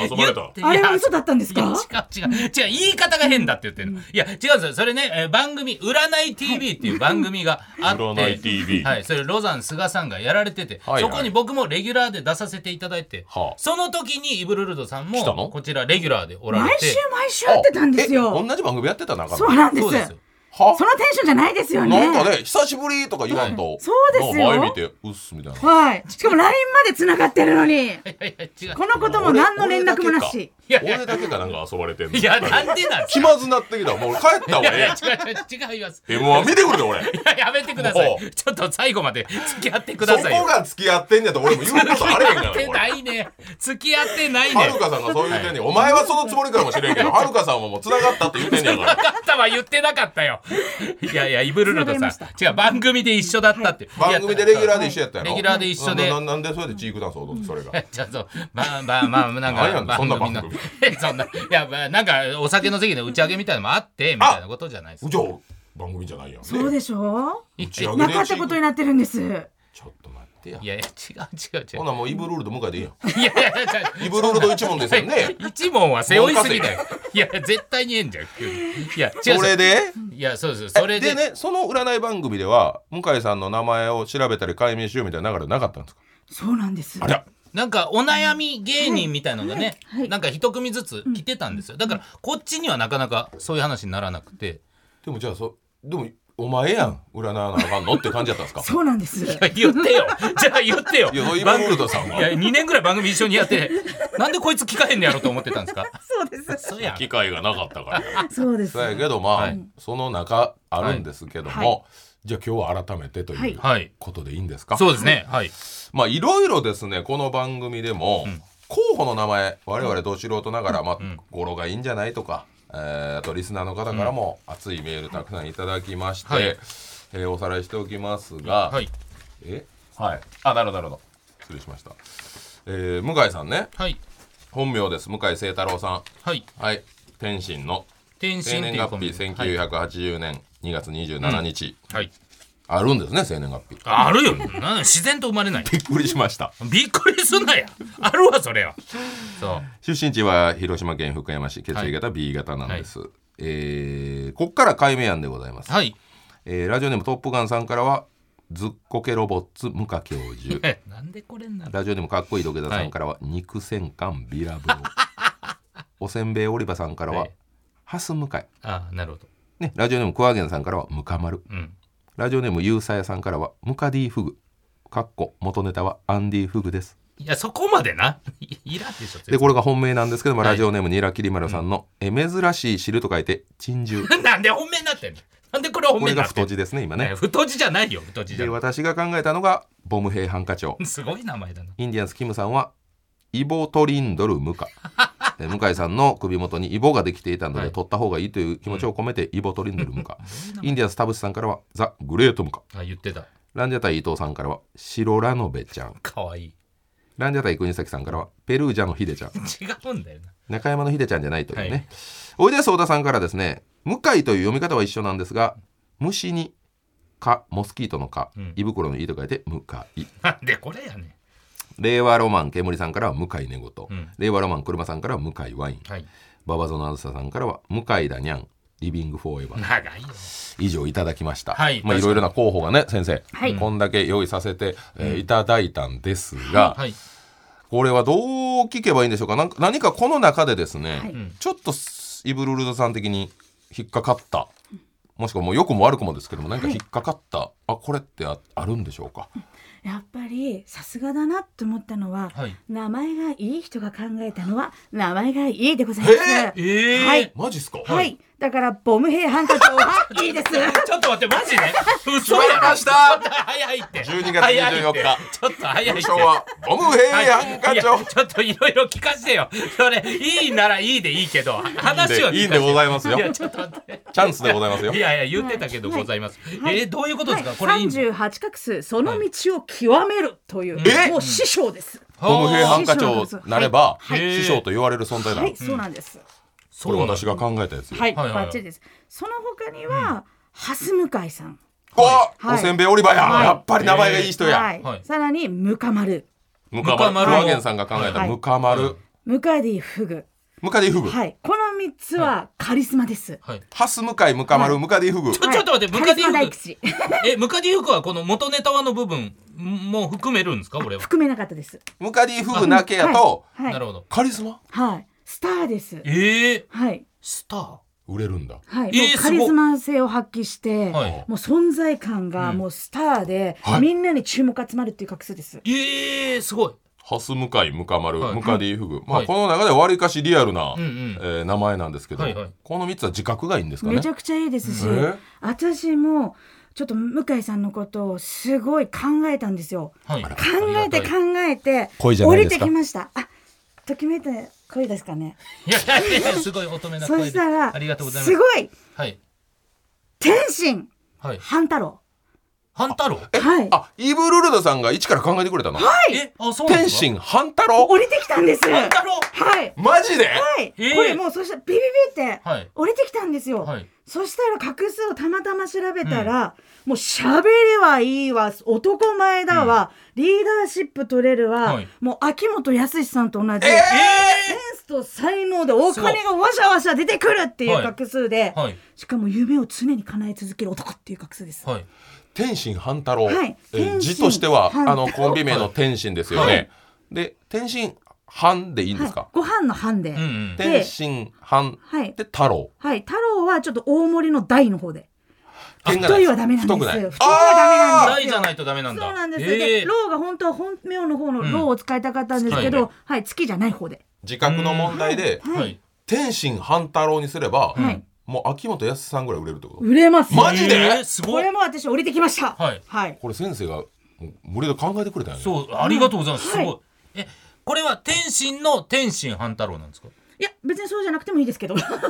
遊ばれた。あれは嘘だったんですいやか違う違う違う言い方が変だって言ってるの、いや違うんですよそれね、えー番組「占い TV」っていう番組があって占い TV はい、それロザン菅さんがやられてて、はいはいそこに僕もレギュラーで出させていただいて、はあその時にイブルルドさん来たのもこちらレギュラーでおられ毎て週毎週会ってたんですえよ同じ番組やってた中そうなんですそうそですよはのテンションじゃないですよねなんかね久しぶりとか言わんと。そうですよなんか前見てうっすみたいな。はいしかも LINE まで繋がってるのにいやいや違うこのことも何の連絡もなしいやいや俺だけがなんか遊ばれてんのいやなんでなんす気かまずなってきたもう俺帰った方いやがいえや違う違う違います え M1 見てくれて俺いややめてくださもいちょっと最後まで付き合 ってくだそさいこよが付き合ってんねやと俺も言うことあれへんから付き合っこてれ ないね付き合ってないはねるかさんがそう言うてんねんお前はそのつもりかもしれんけどはるかさんはもう繋がったって言うてんねや からなかったは言ってなかったよ。いやいや、イブルルドさん。違う、番組で一緒だったって。番組でレギュラーで一緒やったやろレギュラーで一緒でなななんでそれでチークダンス踊ってそれがちょっと、まあまあまあ、な何んやか、ねんそんな番の 組。えそんな、いや、まあなんか、お酒の席の打ち上げみたいなのもあって、みたいなことじゃないですじゃあ番組じゃないやんそうでしょ打ち上うげなでかったことになってるんですちょっと待ってやいやいや、違う違う違ほう。なもうイブルールド向井でいいやんいやいや、違うイブルールド一問ですよね一問は背負いすぎだよ。いや、絶対にえんじゃん。急にいや、違。そうれでいや、そうです。そそれれでで。ねその占い番組では向井さんの名前を調べたり解明しようみたいな流れなかったんですかそうなんですあらなんかお悩み芸人みたいのがね、はいはいなんか一組ずつ来てたんですよだからこっちにはなかなかそういう話にならなくてでもじゃあそでもお前やん占わなあかんのって感じやったんですかそうなんですいや言ってよじゃあ言ってよいやそうイブル番ールドさんいやは2年ぐらい番組一緒にやってなんでこいつ聞かへんのやろと思ってたんですかそうですそうや機会がなかったからそうですそうやけどまあ、はいその中あるんですけども、はいじゃあ今日は改めてとはいういはいことでいいんですか、そうですねはいまあいろいろですねこの番組でも、ん候補の名前我々ど素人ながら、まあん語呂がいいんじゃないとか、えーあとリスナーの方からも熱いメールたくさんいただきまして、はいえーおさらいしておきますが、はいえはいあなるほどなるほど失礼しました、えー向井さんねはい本名です向井誠太郎さはいんはい天心の天生心って年いうコ月ン日ビはい1980年2月27日、はいあるんですね生年月日あるよなん自然と生まれない びっくりしましたびっくりすんなやあるわそれはそ出身地は広島県福山市血液型 B 型なんです、えーこっから解明案でございます、うはいえーラジオネーム「トップガン」さんからは「ずっこけロボッツムカ教授」えなんでこれになるラジオネームかっこいい土下座さんからは「肉戦艦ビラブ ロ」おせんべいオリバさんからは「はいハス向井あなるほど」ね、ラジオネームクワゲンさんからは「ムカ丸うん」ラジオネームユーサヤさんからは「ムカディフグ」かっこ元ネタはアンディフグですいやそこまでないいらんでしょでこれが本命なんですけども、はいラジオネームニラキリマルさんの「え珍しい汁」と書いて「珍獣」 なんで本命になってんのなんでこれは本こ命れにがなっ太てんの字ですね今ねね太字じゃないよ太字じゃでな私が考えたのがボム兵ハンカチョウいすごい名前だなインディアンスキムさんはイボトリンドルムカで向井さんの首元にイボができていたのはでい取った方がいいという気持ちを込めてイボトリンドルム カインディアンス田淵さんからはザ・グレートムカあ言ってたランジャタイ伊藤さんからはシロラノベちゃんかわいいランジャタイ国崎さんからはペルージャのヒデちゃん違うんだよな中山のひでちゃんじゃないというね、はいおいでやす小田さんからですね向井という読み方は一緒なんですが虫に蚊モスキートの蚊、うん胃袋の胃と書いて向井なんでこれやねん令和ロマン煙さんからは向井寝言、ん令和ロマン車さんからは向井ワインはい馬場園あずささんからは向井だにゃんリビングフォーエバー長いよ以上いただきました、はいまあ、いろいろな候補がね先生、はいこんだけ用意させて、えーいただいたんですが、はいこれはどう聞けばいいんでしょうかなんか何かこの中でですね、はいちょっとイブルルドさん的に引っかかったもしくはもう良くも悪くもですけども何か引っかかった、あこれってああるんでしょうかやっぱりさすがだなと思ったのは、はい名前がいい人が考えたのは名前がいいでございます。えーはい、マジっすかはい、だからボム兵ハンカチョウはいいです。 ちょっと待ってマ ジで嘘決やまりろましたちょっと早いって12月早い24っ日てちょっと早いって今日はボム兵ハンカいやチョウちょっといろいろ聞かせてよそれいいならいいでいいけど話を聞かせていいんでございますよいやちょっと待ってチャンスでございますよいやいや言ってたけどございます、はいえーどういうことではすいか、これいいん三ですか十八画数その道を極めるという、えもう師匠です。ボム兵ハンカチ師匠ョですウなれば、はいはい師匠と言われる存在だ、はい、そうなんです。これ私が考えたやつよ、はい、はいはいバッチリです。その他には、ハス向井さん、わはいおせんべいオリバーや、はいやっぱり名前がいい人や、はいはいさらにムカマル、ムカカマルマルクワゲンさんが考えたはいムカマル、ムカディフグ、ムカディフグ、はい、この三つはカリスマです。はいハスムカイムカマル、ムカディフグちょちょっと待って、はいムカディカリスマ大ウク。吉 え、ムカディウクはこの元ネタはの部分も含めるんですか、これは。含めなかったです。ムカディフグだけやと、はい、なるほど。カリスマはい、スターです。ええはい、スター。売れるんだはい、えーもうカリスマ性を発揮して、はいもう存在感がもうスターで、はいみんなに注目集まるっていう画数です。ええすごい。ハス向かいムカ丸、はいムカディフグ、まあ、はいこの中でわりかしリアルな、うんうんえー名前なんですけど、はいはいこの3つは自覚がいいんですかねめちゃくちゃいいですし、え私もちょっと向井さんのことをすごい考えたんですよ。はい、考考えて考えて恋じゃ降ないりでてすかきました。あ、ときめいた恋ですかね。いやいやいやすごい乙女なそ声でしたらありがとうございますすごいはい天心はい半太郎。半太郎はい。あイブルルドさんが一から考えてくれたの、えあそうなんで天すか心半太郎降りてきたんです。半は太郎い。マジで、はい。えーこれもうそしたらビビビってはい降りてきたんですよ。はいそしたら画数をたまたま調べたら、もう喋りはいいわ男前だわ、リーダーシップ取れるわ、はいもう秋元康さんと同じ、センえスと才能でお金がわしゃわしゃ出てくるっていう画数で、ー、はいしかも夢を常に叶え続ける男っていう画数です。はい天心半太郎、はいえー天心字としては半あ太郎のコンビ名の天心ですよね、はいで天心半でいいんですか、はい、ご飯の飯で、うんうんで天心半はいで太郎はい、太郎はちょっと大盛りの大の方で天が太いはダメなんです太くない太いはダメなん大でじすよゃないとダメなんだそうなんです、えでー、ローが本当は本名の方のローを使いたかったんですけど、うんはい月じゃない方で自覚の問題ではいはい天心半太郎にすれば、はいもう秋元康さんぐらい売れるってこと売れますマジでえーすこごいれも私降りてきましたはいはい、これ先生がもう無理で考えてくれたよねそうありがとうございます、はいすごいえこれは天心の天心半太郎なんですかいや別にそうじゃなくてもいいです けどだか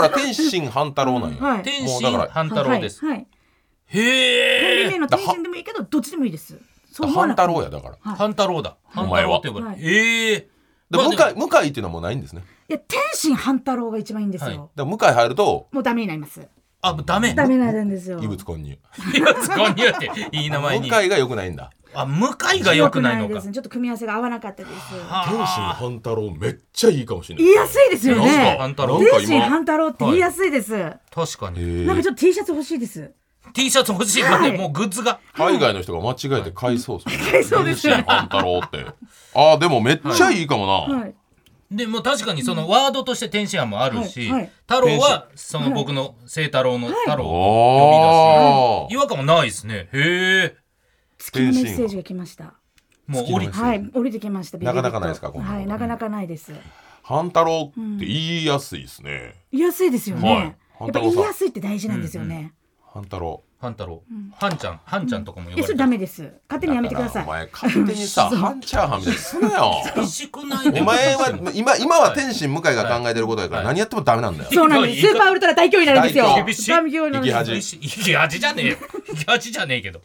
ら天心半太郎なんや、はい天もう心だから半太郎です、はい、はいコンビへ名えの天心でもいいけどどっちでもいいですそう思わ半なくて太も郎やだからはい半太郎だい半太郎って呼ばれる、お前はええでまあ向でも井向井っていうのはもうないんですねいや天心半太郎が一番いいんですよ、はいだから向井入るともうダメになりますあもうダメダメになるんですよ異物混入いやつこにやっていい名向前井にが良くないんだあ向井が良くないの良かですちょっと組み合わせが合わなかったですはあ天心半太郎めっちゃいいかもしれない言いやすいですよねなんか半太郎なんか天心今半太郎って言いやすいです、確かに、へえなんかちょっと T シャツ欲しいです。 T シャツ欲しいまはいでもうグッズが海外の人が間違えて買いそうそう買いそうです天心半太郎ってああでもめっちゃいいかもな、はい。でもう確かにそのワードとして天津飯もあるし、はいはい太郎はその僕の清太郎の太郎をお呼び出し、違和感もないですねへえ月のメッセージが来ました。もう降り好きなはい、降りてきました。ビビビッとなかなかないですかこんなのはい、なかなかないです。半太郎って言いやすいですね、言いやすいですよはいね。やっぱ言いやすいって大事なんですよね。半太郎半太郎半ちゃん半ちゃんとかも呼ばれえ、そてれダメです。勝手にやめてくださだいから。お前勝手に さ半チャーハンみたいにすなよ美味しくないお前は今今は天心向井が考えてることやから、はい何やってもダメなんだよ、 そうなんです。いいかスーパーウルトラ大凶になるんですよ。大大凶厳しい凶になる生きんです恥よ。いき味じゃねえよいき味じゃねえけど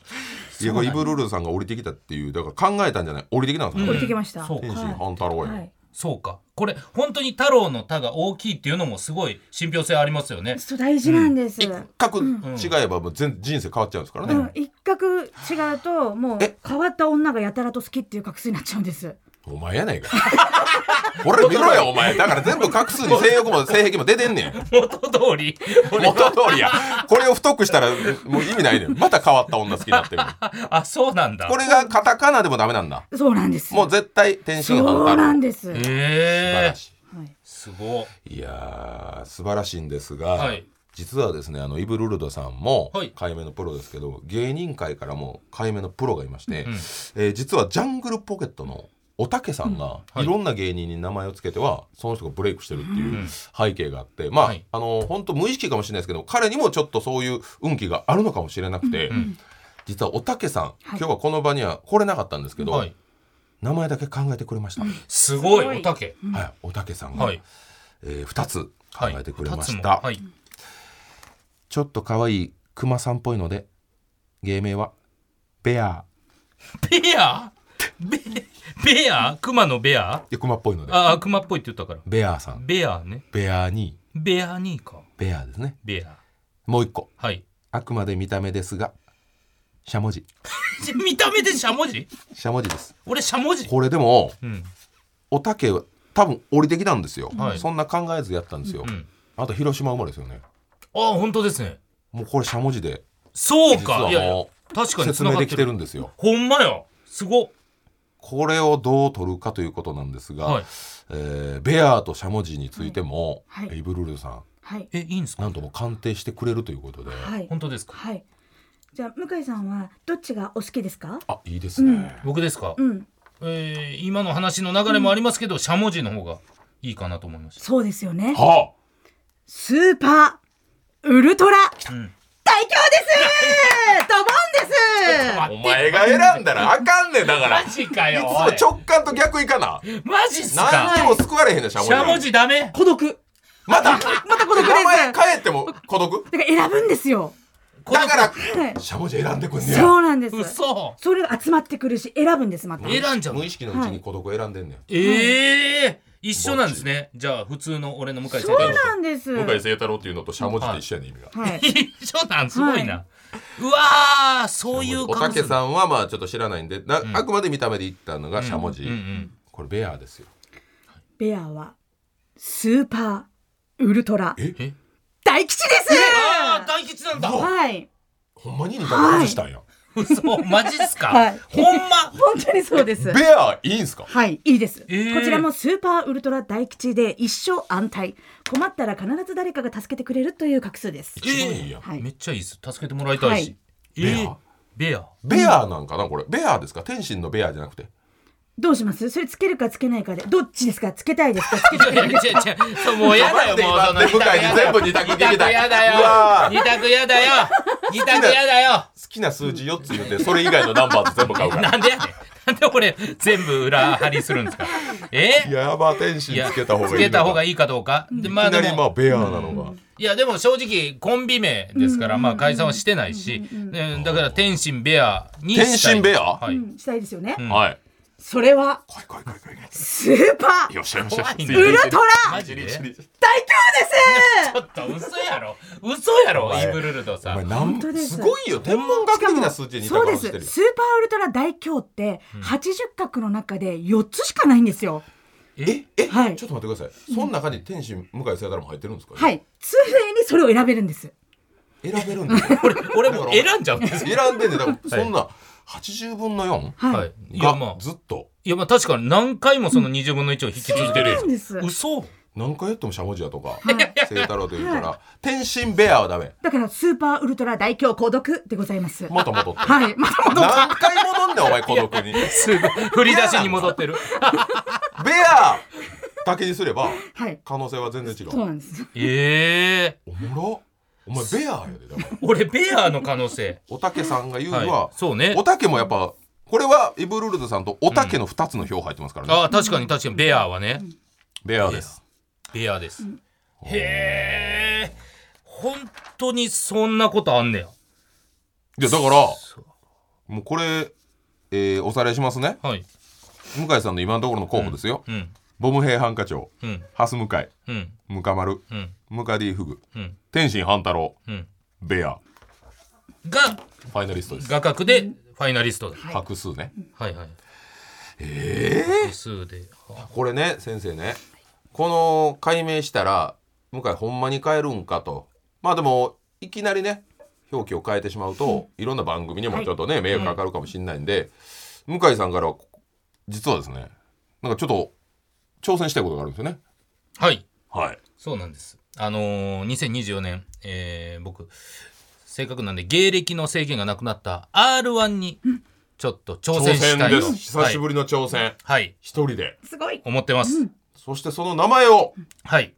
いやこれイブルールさんが降りてきたっていうだから考えたんじゃない降りてきたんですか、降これりてきました。そう天心はい半太郎や、はい。そうかこれ本当に太郎の「太」が大きいっていうのもすごい信憑性ありますよねそう、大事なんです。一角違えばもう全人生変わっちゃうんですからね、うん、一角違うと、もうえ変わった女がやたらと好きっていう格数になっちゃうんです。お前やないかこれ見ろ よお前だから全部画数に性欲も性癖も出てんねん元通り俺元通りやこれを太くしたらもう意味ないねんまた変わった女好きになってるあそうなんだこれがカタカナでもダメなんだそうなんです。もう絶対天そ心半太郎うなんです。素晴へえらしいはいすごいやー素晴らしいんですが、はい実はですねあのイブルルドさんもはい解明のプロですけど、芸人界からも解明のプロがいまして、んえー実はジャングルポケットのおたけさんが、うんはいい、ろんな芸人に名前を付けてはその人がブレイクしてるっていう背景があって、まあ、はいあの本当無意識かもしれないですけど彼にもちょっとそういう運気があるのかもしれなくて、ん実はおたけさん、今日はこの場には来れなかったんですけいど、はい名前だけ考えてくれました、すごすごいいおたけはい、おたけさんが、はいえー、2つ考はいえてくれま二しつもた。はいちょっと可愛いクマさんっぽいので芸名はベアベアベベア熊のベアでクマっぽいのでああ熊っぽいって言ったからベアさんベアねベアにベアにかベアですねベアもう一個はいあくまで見た目ですがしゃもじ見た目でしゃもじしゃもじです俺しゃもじこれでもうんおたけは多分降りてきたんですよ、はいそんな考えずやったんですよ、うんあと広島生まれですよねあ本当ですねもうこれしゃもじでそう実かはいやいやも確かうに説繋明がっできててるるんですよほんまやすごっこれをどう取るかということなんですが、はいえーベアとしゃもじについても、はいはいイブルルドさんはい。えいいんですかなんとも鑑定してくれるということで、はい。本当ですかはい。じゃあ向井さんはどっちがお好きですか？あいいですね、僕ですかうん。えー今の話の流れもありますけど、しゃもじの方がいいかなと思いました。そうですよね。はあスーパー、ウルトラ、うん大凶ですドボンですお前が選んだらあかんねんだからいマつジかよ。もおい直感と逆いかなマジっす何か。にも救われへんねんしゃもしじゃもじダメ。孤独。またまた孤独です。名前だか変えても孤独ら選ぶんですよ。だからはい。しゃもじ選んでくんねやそうなんです。嘘。それが集まってくるし、選ぶんです、また。選んじゃう無。意識のうちに孤独選んでんねんええ一緒なんですね。じゃあ普通の俺の向井さんそ。うなんです。向井は聖太郎っていうのとしゃもじと一緒やねん意味がい。一緒なんすごいな。はうわーそういうおたけん。さんはまあちょっと知らないんでなあくまで見た目で言ったのがしゃもうんうじん。これベアーですよベアは、スーパー、ウルトラ、ええ大吉ですああ大吉なんだ。はい。ほんまに似たことしたんや嘘マジっすか。はいほんま。本当にそうです。ベアーいいんすかはい、いいです、えーこちらもスーパーウルトラ大吉で一生安泰。困ったら必ず誰かが助けてくれるという画数です。一番いいやんはいめっちゃいいです。助けてもらいたいし。えーベア。ベアーなんかなこれベアーですか天心のベアーじゃなくてどうしますそれつけるかつけないかで、どっちですかつけたいですかつけいやいや違う違うそうもうやだよもうその待って待って向井に全部二択聞きたい二択やだようわー二択やだよ二択やだよ好きな数字4つ言うてそれ以外のナンバーと全部買うかならんでやねんなんで俺全部裏張りするんですかえやば天心いやつけた方がいいつけた方がいいいかどうかでいきまあなでりまあもベアーなのがいやでも正直コンビ名ですからまあ解散はしてないしでだから天心ベアにしたい天心ベアはいうんしたいですよね。んはいそれは、来い来い来い来いスーパーよっしゃよっしゃ怖いねついてウルるトラマジでちちりょちり大凶ですっと嘘やろ嘘やろイブルルドおさ前んなん当ですすごいよ天文学的な数字に似たそう顔でしてるす。よスーパーウルトラ大凶って、80画の中で4つしかないんですよ。ええはいちょっと待ってくださいその中に天心向井聖太郎も入ってるんですかはい。通例にそれを選べるんです。選べるんですよ 俺俺も選んじゃうんですよ選んでんねんだからそんな80分の4は。はいいいやまあがずっといやまあ確かに何回もその20分の1を引き継いでるやそうなんですん嘘何回やってもしゃもじやとかい聖太郎というから天心ベアはダメだから、スーパーウルトラ大凶孤独でございます。また戻 ってはい。また戻っ何回戻んねんお前孤独にベすごい振り出しに戻ってる。アだけにすればはい。可能性は全然違そううなんです。ええおもろお前ベアやでだから俺ベアの可能性。おたけさんが言うはいのはそうねおたけもやっぱこれはイブルルドさんとおたけの2つの票入ってますからねああ確かに確かにベアはね、ベアですベアです。へえ。本当にそんなことあんねや。いやだからもうこれえーおさらいしますねはい。向井さんの今のところの候補ですようんボム兵ハンカチョウうんハス向井うんムカマルうんムカディフグうん天心半太郎うん。ベアがファイナリストです画角でファイナリストだ。画数ねはいはい。ええ複数で。あこれね先生ねこの解明したら向井ほんまに変えるんかとまあでもいきなりね表記を変えてしまうと、いろんな番組にもちょっとね、迷惑かかるかもしれないんで、向井さんからは実はですねなんかちょっと挑戦したいことがあるんですよねはい。はいそうなんです。あのー、2024年、えー僕、正確なんで、芸歴の制限がなくなった R1 に、ちょっと挑戦したいと。です久しぶりの挑戦、はい。はい。一人ですごい。思ってます。そしてその名前をはい。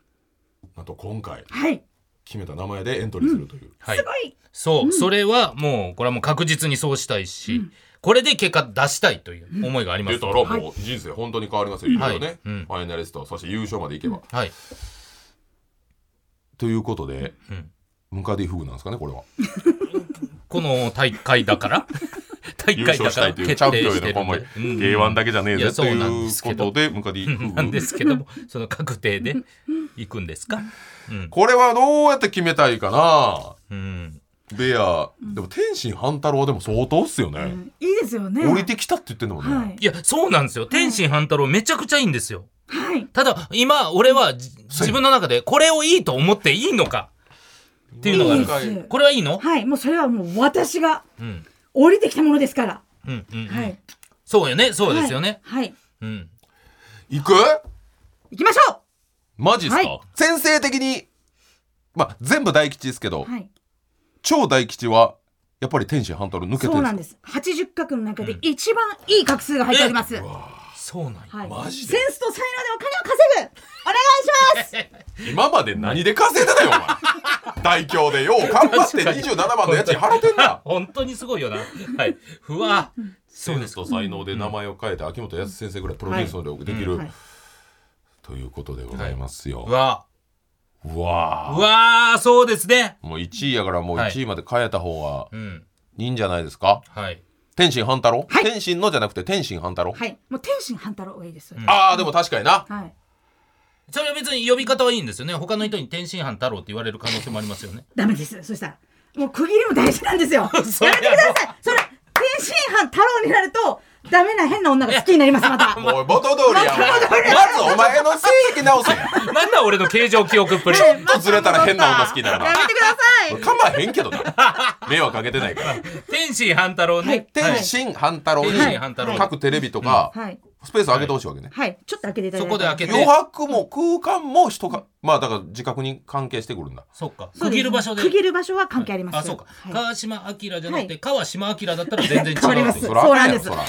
なんと今回はい。決めた名前でエントリーするという、はいす。ごい。そう、それはもう、これはもう確実にそうしたいし、これで結果出したいという思いがあります。出たらもう人生本当に変わりますよ、いろいろね、はいうんファイナリストそして優勝までいけば、はい。ということで、うんムカディフグなんですかねこれはこの大会だから、大優会勝だしかたいらというチャンピオンへのるん思いで K1 だけじゃねえいぜやとそういなんでうすこけどとでムカディフなんでグすけども、その確定で行くんですか。これはどうやって決めたいかなうん。ベアでも天心半太郎はでも相当っすよねいいですよね。降りてきたって言ってんのもはねいい。や、そうなんですよ。天心半太郎めちゃくちゃいいんですよ。はい。ただ、今、俺はじそう自分の中でこれをいいと思っていいのか。っていうのがあるんですいいですこれはいいのはい。もうそれはもう私がうん。降りてきたものですから。うんうんうん。はい。そうよね。そうですよね。はい。はいうん。行く行きましょマジっすはか先生的にまあ全部大吉ですけどう。はい。超大吉はやっぱり天心半太郎抜けてそるうんなでんです。80画の中で一番いい画数が入っております。はそうなんやはい、マジでセンスと才能でお金を稼ぐお願いします今まで何で稼いでたよお前大凶でよう頑張って27番の家賃払ってんだ本当にすごいよな。はい。ふわ。センスと才能で名前を変えて秋元康先生ぐらいプロデュース能力できる、んはいということでございますよ、うわ。うわうわー、そうですね。もう1位やからもう1位まで変えた方がうん。いいんじゃないですかはい。天心半太郎、はい天心のじゃなくて天心半太郎、はいもう天心半太郎がいいです、んああでも確かになはいそれは別に呼び方はいいんですよね。他の人に天津飯太郎って言われる可能性もありますよね。ダメですそしたらもう区切りも大事なんですよやめてくそうやだろさいそれ天津飯太郎になるとダメな変な女が好きになりますまたもう元通りやんお前元通りまずお前の性癖直せやまた俺の形状記憶っぷり。ちょっとずれたら変な女好きにな るなやめてくださいかまへんけどな迷惑かけてないから 天津飯太郎ね。天心半太郎に天心半太郎各テレビとかはいスペース空けてほしいわけねはいちょっと開けていただそいてこで開けて。余白も空間も人がまあだから自覚に関係してくるんだそっか。そう区です切る場所で。区切る場所は関係ありますあ、そうか。はい川島明じゃなくはて、川島明だったら全然違う。変わりますそらあかんやろそそうら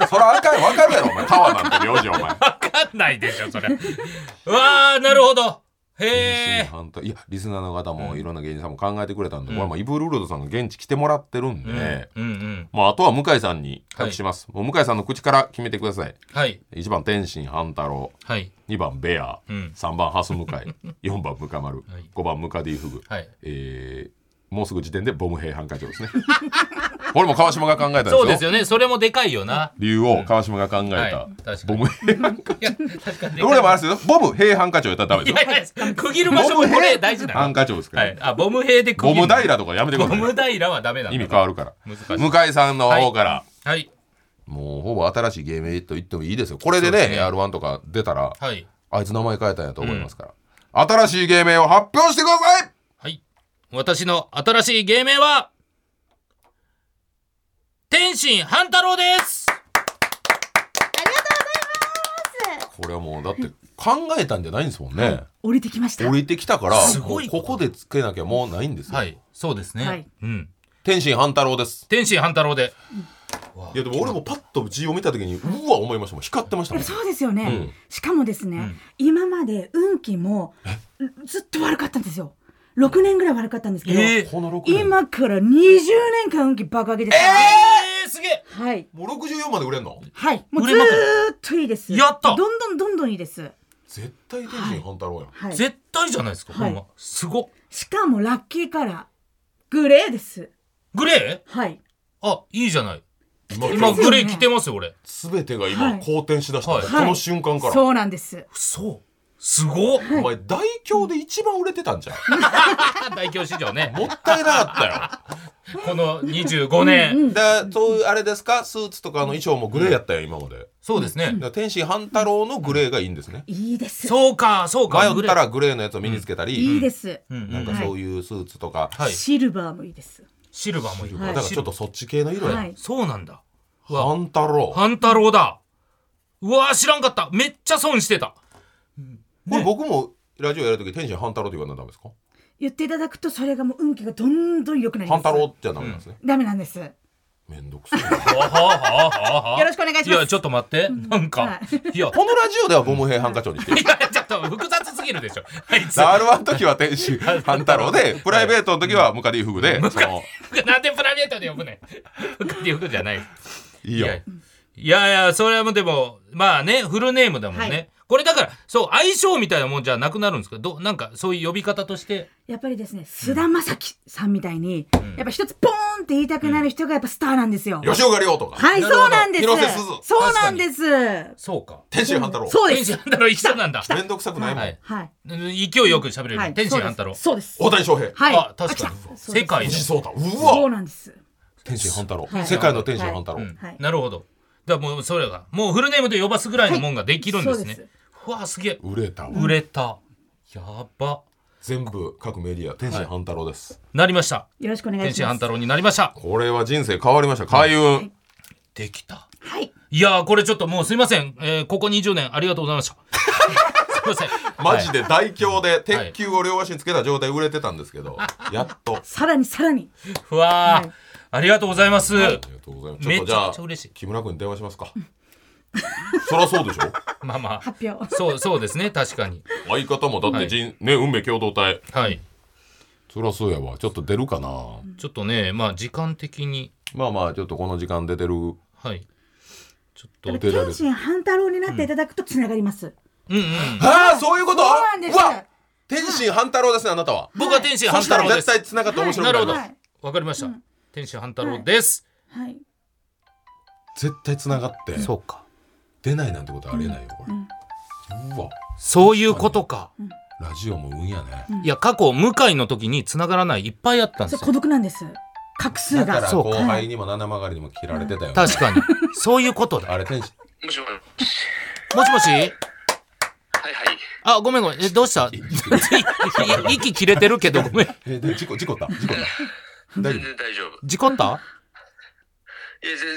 なそらあかんわかるやろお 前川なんて名字お前わかんないでしょ、それ。うわー、なるほど。へ天津ー。飯太郎いやリスナーの方もうんいろんな芸人さんも考えてくれたんで、うこんれはもうイブルールドさんが現地来てもらってるんで、うんうんうん。もうあとは向井さんに託します、もう向井さんの口から決めてくださいはい。 1番天心半太郎はい。 2番ベア、うん3番ハス向井4番ムカ丸、い5番ムカディフグ、はい。えーもうすぐ時点でボム兵犯課長ですね これも川島が考えたんですよそうですよね。それもでかいよな。理由を川島が考えた、はい確かボにム兵犯課いや、確かにで長これもかあれですよボム兵犯課長やったらダメい。いですよやいや、区切る場所もこれ大事だ犯よ。課長ですから、はい。あ、ボム兵で区切ボる。ム平とかやめてくボださいム平はダメなんだ。意味変わるから難しい向井さんの方から、はい。もうほぼ新しい芸名と言ってもいいですよこれでねそうですね r 1とか出たら、はい。あいつ名前変えたんやと思いますから、新しい芸名を発表してくださいはい。私の新しい芸名は、天心半太郎ですこれはもうだって考えたんじゃないんですもんね、降りてきました降りてきたからすごいもうここでつけなきゃもうないんですよ、はい。そうですね。はいうん。天心半太郎です天心半太郎で。いやでも俺もパッと字を見た時にうわ思いましたもん光ってましたもんそうですよね、うんしかもですね、今まで運気もずっと悪かったんですよ6年ぐらい悪かったんですけど、え ー、この6年今から20年間運気爆上げです、えー、すげえはいもう64まで売れんのはいもうず売れーまくるっといいですやったどんどんどんどんいいです絶対天心半太郎やん、はい絶対じゃないですか、はいほんま。すごっ。しかもラッキーカラーグレーですグレはいーあ、いいじゃない。今今、ですよねグレー着てますよ、俺。全てが今はい好転しだした、はいこの瞬間から、そうなんですそう。すごっ。お前大凶で一番売れてたんじゃん 大京市場ね。もったいなかっこの25年。たよ。だ そういうあれですか、スーツとかの衣装もグレーやったよ、今まで。だかそうですね。ら天心半太郎のグレーがいいんですね。いいですそうか、そうか。迷ったグレーらグレーのやつを身につけたいいり、です、うんうんなんかそういうスーツとか。はい。シルバーもいいですシルバーもいい。だからちょっとそっち系の色はや。いそうなんだ。半太郎。半太郎だ。うわー知らんかった。めっちゃ損してた。これ僕もラジオやるとき天心半太郎って言わないとダメですか言っていただくとそれがもう運気がどんどん良くなりま半す太郎じゃダメなんですね。ダメなんですよめんどくさい。はははははろしくお願いしいますや、ちょっと待って。なんかは、いや、このラジオではボム兵ハンカチョウにしてる。いや、ちょっと複雑すぎるでしょ。あいつ。な R1 の時は天心半太郎で、プライベートの時はムカディフグで、その、んでプライベートで呼ぶねん。 っていうことじゃない。いいいよや、。いやいや、それはもうでも、まあね、フルネームだもんね。はいこれだから、そう、相性みたいなもんじゃなくなるんですけど、どなんかそういう呼び方として、やっぱりですね菅田将暉さんみたいに、んやっぱ一つポーンって言いたくなる人がやっぱスターなんですよ、吉岡亮とか、はいなそるほどうなんです広瀬すずそうなんですそうか。天心半太郎。そうで天す心半太郎、行きそうなんだ。めんどくさくないもはんい。。はい勢いよく喋れる。はい天心半太郎。そうですそ大うです谷翔平。はいあ、確かあ来たに。そうです世界の藤井。聡太。うわそうなんです天心半太郎、はい世界の天心半太郎、うんはいなるほど。だからもうそれが、もうフルネームで呼ばすぐらいのもんができるんですね。はいそうでうわ、すげえ。売れたわ売れた。やば。全部各メディア天心半太郎です、なりました。よろしくお願い天し心ま半す太郎になりました。これは人生変わりました開運、できた。はいいやー、これちょっともうすいません。えーここ20年ありがとうござい ました。すいません。マジで大凶ではい鉄球を両足につけた状態売れてたんですけど、やっとさらにさらにふわー、はいありがとうございます。ありがとうございますちょめっっとちじゃゃあめちゃ嬉しい。木村君に電話しますか そりゃそうでしょまあまあ発表そうそうですね確かに相方もだって人、ね運命共同体はいそりゃそうやわちょっと出るかなちょっとねまあ時間的にまあまあちょっとこの時間出てるはいちょっとだうか出んうらられる謙信半太郎になっていただくとつながりますんああそういうことそうなんですわ天心半太郎ですねあなたは僕は天心そ半した太ら郎で絶す対繋がって面白くななるるほわどはいわかりましたうん天心半太郎ですはい絶対繋がってそうか出ないなんてことありえないよこれうんうわそういうことかラジオも運やねうんいや過去向井の時に繋がらないいっぱいあったんでそうす孤よ独なんです画数だかがらそう後輩にも七曲がりにも切られてたよね確かにそういうことだあれ天心もしもし。もしもしはいはい。あごめんごめんえどうしたい息切れてるけどごめんえで事故事故った事故った大丈全夫然大丈夫。事故ったいや、全然。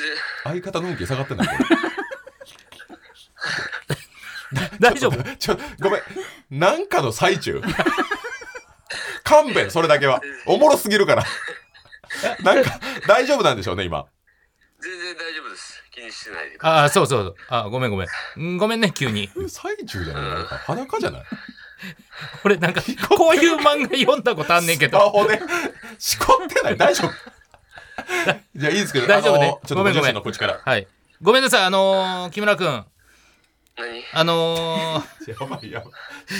相方の運気下がってないこ 大丈夫れ ちょごめんなんかの最 中勘弁それだけはおもろすぎる からなんか大丈夫なんでしょうね今全然大丈夫です。気にしてないでくだああ、そうそうそう。あごめんごめん。んごめんね、急に。最中じゃないなんか裸じゃない俺なんか、こういう漫画読んだことあんねんけスマ ど。ホでしこってない大 丈夫じゃあいいですけど大丈夫ねあのちょっとごごめん自ごめ身んの口からはい。ごめんなさい、あのー、木村くん。さい。何あのやばいやばいー、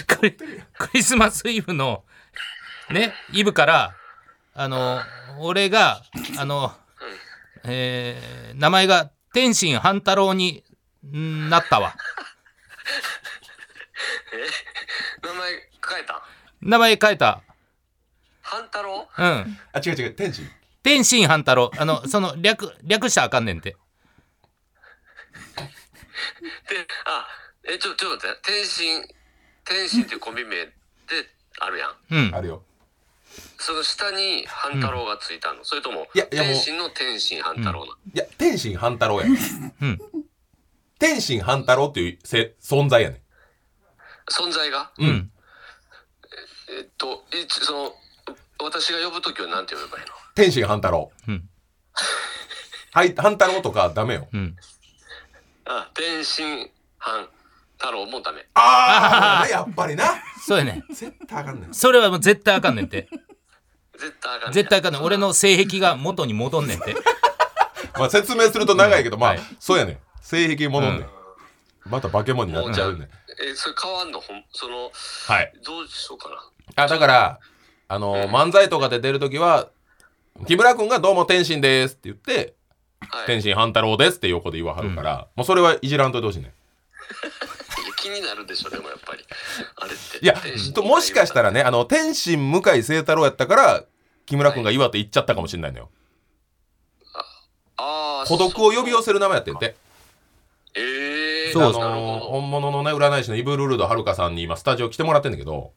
クリクリスマスイブの、ね、イブから、あのー、俺が、あのー、えー、名前が天心半太郎にんなったわ。名前変えた名前変えた。半太郎うん。あ違う違う天心天心半太郎。あの、その、略、略したらあかんねんて。で、あ、え、ちょ、ちょっと待って。天心、天心っていうコンビ名であるやん。うんあ。るよその下に半太郎がついたの。それとも、いやいやもう天心の天心半太郎なの。いや天心半太郎やうん。天心半太郎っていうせ存在やね存在んがううんん。えっと、いつ、その、私が呼ぶときは何て呼べばいいの天心半太郎うん。はい半太郎とかダメようん。あ、天心半太郎もダメ。ああやっぱりなそうやねん。絶対あかんねんそれはもう絶対あかんねんて。絶対あかんね絶対あかんねん。俺の性癖が元に戻んねんて。まあ説明すると長いけどまあはいそうやねん性癖ものねんうんまた化け物になっちゃうねんえ、それ変わんのほん、その、はいどうしようかな。あだからあのー漫才とかで出るときは木村君が「どうも天心です」って言って「はい。天心半太郎です」って横で言わはるから、もうそれはいじらんといてほしいねいや気になるでしょでもやっ ぱりあれっていやともしかしたらねあの天心向井聖太郎やったから木村君が岩手行っちゃったかもしれないのよあー孤独を呼び寄せる名前やってんてええー、あのなるーほ本物のね占い師のイブルルドはるかさんに今スタジオ来てもらってんだけど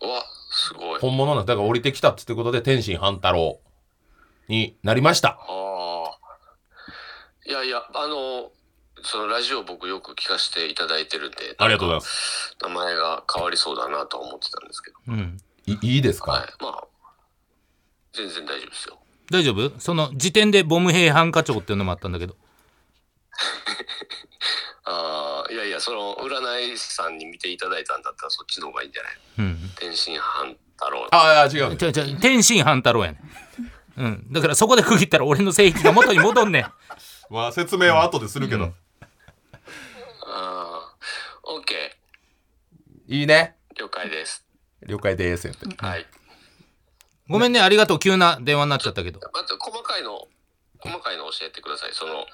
どわすごい本物なんだから降りてきたってことで天心半太郎になりましたああいやいやあのそのラジオ僕よく聞かせていただいてるんでありがとうございます名前が変わりそうだなとは思ってたんですけどうん。いいいですか、はいまあ全然大丈夫ですよ大丈夫その時点でボム兵犯課長っていうのもあったんだけど。ああいやいやその占い師さんに見ていただいたんだったらそっちの方がいいんじゃないうん。天心半太郎ああ違うねちょちょ、天心半太郎やねん。うん。だからそこで区切ったら俺の性癖が元に戻んねん。 まあ説明は後でするけど、うんああオッケいいねー了解です了解ですってはいごめんね、ありがとう。急な電話になっちゃったけど。まず細かいの細かいの教えてくださいその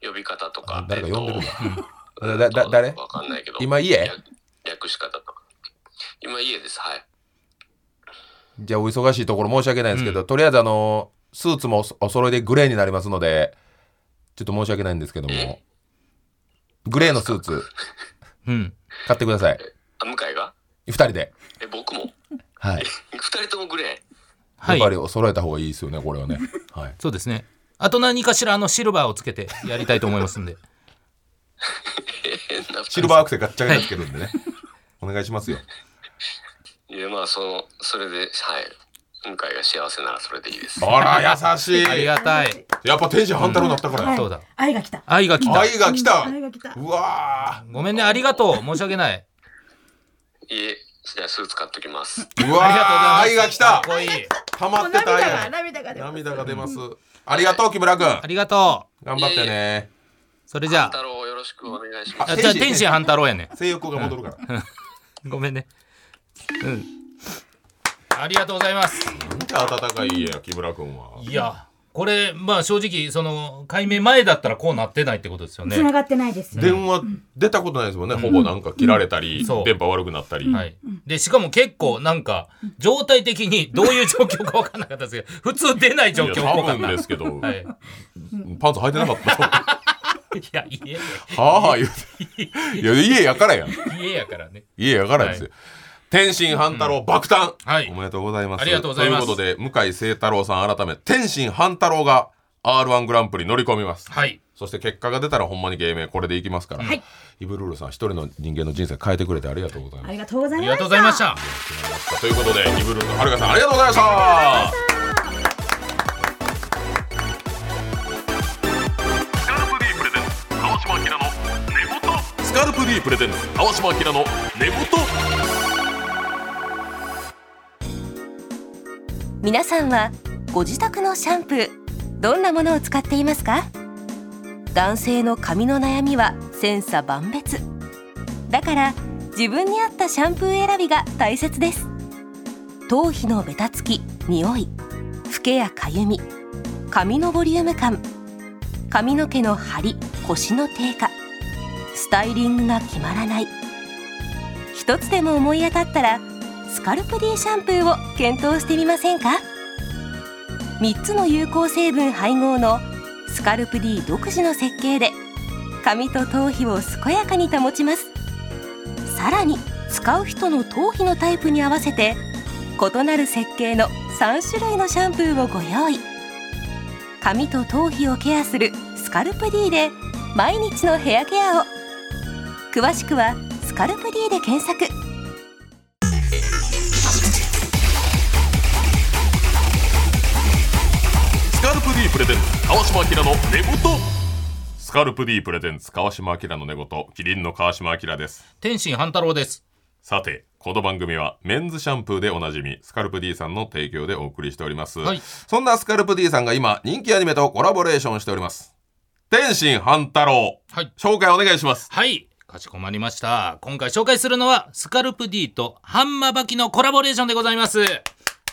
呼び方とあか誰か呼んでるんだえっとだだ誰わかんないけど今家略略し方とか今家ですはいじゃあお忙しいところ申し訳ないんですけど、とりあえずあのスーツもおそお揃いでグレーになりますのでちょっと申し訳ないんですけどもグレーのスーツうん。買ってくださいあ向井が2人でえ僕もはい二人ともグレはやっぱりい。お揃えた方がいいですよねこれはね、はい、そうですね。あと何かしらあのシルバーをつけてやりたいと思いますんで。ー変なシルバーアクセガッチャガチャつけるんでねお願いしますよいやまあそのそれではい向井が幸せならそれでいいです。あら優しいありがたい。やっぱ天使半太郎だったからはやいそうだ愛が来た。愛が来た。愛が来たうん愛が来た。うわごめんね、ありがとう。申し訳ない。いえ、じゃあスーツ買っときます。ーうありがとうございわーます。愛が来かったこいい。溜まもうってた愛涙がが涙が出ます。涙が出ますありがとう木村君ありがと頑張ってねう。それじゃ半太郎よろしくお願いしまあ、あす。じゃあ天使半太郎やね。性欲が戻るからごめんね。うん。ありがとうございます。なんて温かい家や木村君はいや、これ、まあ正直、その、解明前だったらこうなってないってことですよね。繋がってないです。電話出たことないですもんね、ほぼなんか切られたり、そう電波悪くなったり、はい、でしかも結構なんか状態的にどういう状況か分かんなかったですけど普通出ない状況っいやぽ多かっ分た。ですけど、はい、いパンツ履いてなかったや家やはあ言うていや家やからやん家やからね。家やからですよ、天心半太郎爆誕、はいおめでとうございますありがとうございますということで向井聖太郎さん改め天心半太郎が r 1グランプリ乗り込みますはいそして結果が出たらほんまに芸名これでいきますから、はいイブルールさん一人の人間の人生変えてくれてありがとうございますありがとうござあいりがましとうごた。ざいました。ということでイブルーのはるかさんありがとうございましたスカルプ D プレゼンツ、川島明の寝言スカルプ D プレゼンツ川島明の寝言皆さんはご自宅のシャンプーどんなものを使っていますか男性の髪の悩みは千差万別だから自分に合ったシャンプー選びが大切です頭皮のベタつき、匂い、フケやかゆみ、髪のボリューム感髪の毛の張り、腰の低下スタイリングが決まらない一つでも思い当たったらスカルプ D シャンプーを検討してみませんか3つの有効成分配合のスカルプ D 独自の設計で髪と頭皮を健やかに保ちますさらに使う人の頭皮のタイプに合わせて異なる設計の3種類のシャンプーをご用意髪と頭皮をケアするスカルプ D で毎日のヘアケアを詳しくは「スカルプ D」で検索スカルプ D プレゼンツ川島明の寝言スカルプ D プレゼンツ川島明の寝言キリンの川島明です天心半太郎です。さてこの番組はメンズシャンプーでおなじみスカルプ D さんの提供でお送りしております、はいそんなスカルプ D さんが今人気アニメとコラボレーションしております天心半太郎はい。紹介お願いしますはい。かしこまりました。今回紹介するのは、スカルプ D とハンマバキのコラボレーションでございます。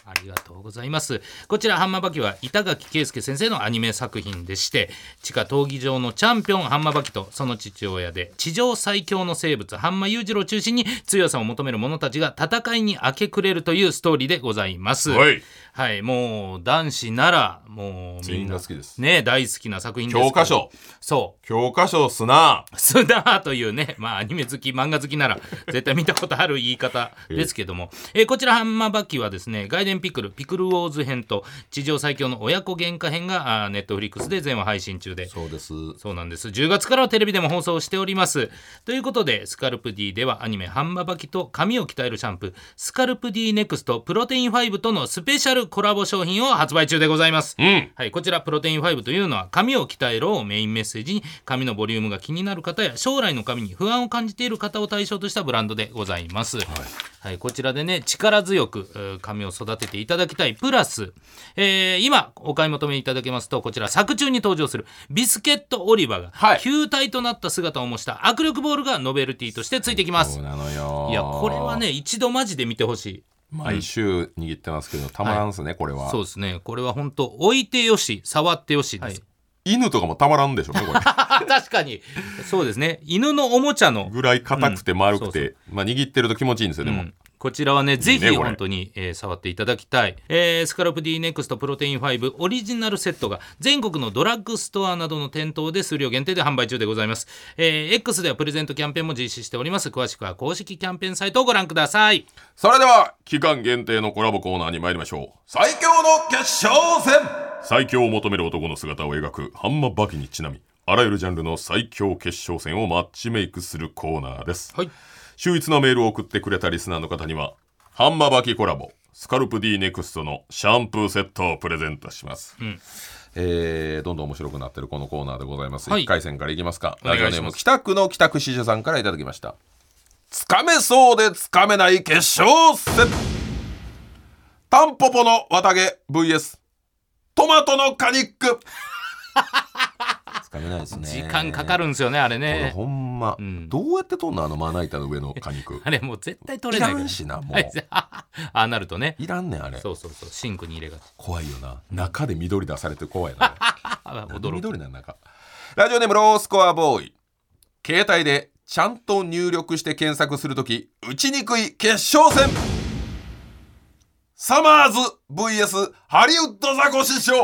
ありがとうございます。こちら、ハンマバキは板垣圭介先生のアニメ作品でして、地下闘技場のチャンピオンハンマバキとその父親で、地上最強の生物、ハンマ裕次郎を中心に強さを求める者たちが戦いに明け暮れるというストーリーでございます。はい。はい、もう男子なら、もうみみんんなな好きですね、大好きな作品ですから教科。書そう。教科書すなスナーというね、まあアニメ好き、漫画好きなら絶対見たことある言い方ですけども、えーこちらハンマーバッキーはですね、ガイデンピクル、ピクルウォーズ編と地上最強の親子喧嘩編があーネットフリックスで全話配信中で。そうですそうなんです10月からはテレビでも放送しておりますということでスカルプ D ではアニメ「ハンマーバキ」と髪を鍛えるシャンプースカルプ D ネクストプロテイン5とのスペシャルコラボ商品を発売中でございますうんはい、こちらプロテイン5というのは髪を鍛えろをメインメッセージに髪のボリュームが気になる方や将来の髪に不安を感じている方を対象としたブランドでございます、はいこちらでね力強くえー髪を育てていただきたいプラス、えー今お買い求めいただけますとこちら作中に登場するビスケットオリバーがはい球体となった姿を模した握力ボールがノベルティとしてついてきますそうなのよいやこれはね一度マジで見てほしい毎週握ってますけどたまらんすね、これはそうですねこれは本当置いてよし触ってよしです、犬とかもたまらんでしょうねこれあ 確かにそうですね犬のおもちゃの、ぐらい硬くて丸うんくそうて、まあ握ってると気持ちいいんですよ、うでも。んこちらはねぜこひれ本当に、えー触っていただきたい、えースカルプ D ネクストプロテイン5オリジナルセットが全国のドラッグストアなどの店頭で数量限定で販売中でございます、えー X ではプレゼントキャンペーンも実施しております詳しくは公式キャンペーンサイトをご覧くださいそれでは、期間限定のコラボコーナーに参りましょう。最強の決勝戦最強を求める男の姿を描く、ハンマバキにちなみ、あらゆるジャンルの最強決勝戦をマッチメイクするコーナーです。はい秀逸なメールを送ってくれたリスナーの方には、ハンマバキコラボ、スカルプ D ネクストのシャンプーセットをプレゼントします、うんえーどんどん面白くなってるこのコーナーでございます、はい1回戦からいきますかお願ラいジしまオネーすム北区の北区支持さんからいただきましたつかめそうでつかめない決勝戦タンポポの綿毛 VS トマトの果肉つかめないですね時間かかるんですよねあれこれねほんま、うんどうやって取んのあのまな板の上の果肉あれもう絶対 取いれないらからんらしなもう、はい ああなるとねいらんねんあれそうそうそうシンクに入れがち怖いよな中で緑出されて怖いなあ驚く緑なん中ラジオネームロースコアボーイ携帯でちゃんと入力して検索するとき打ちにくい決勝戦サマーズ VS ハリウッドザコシショウ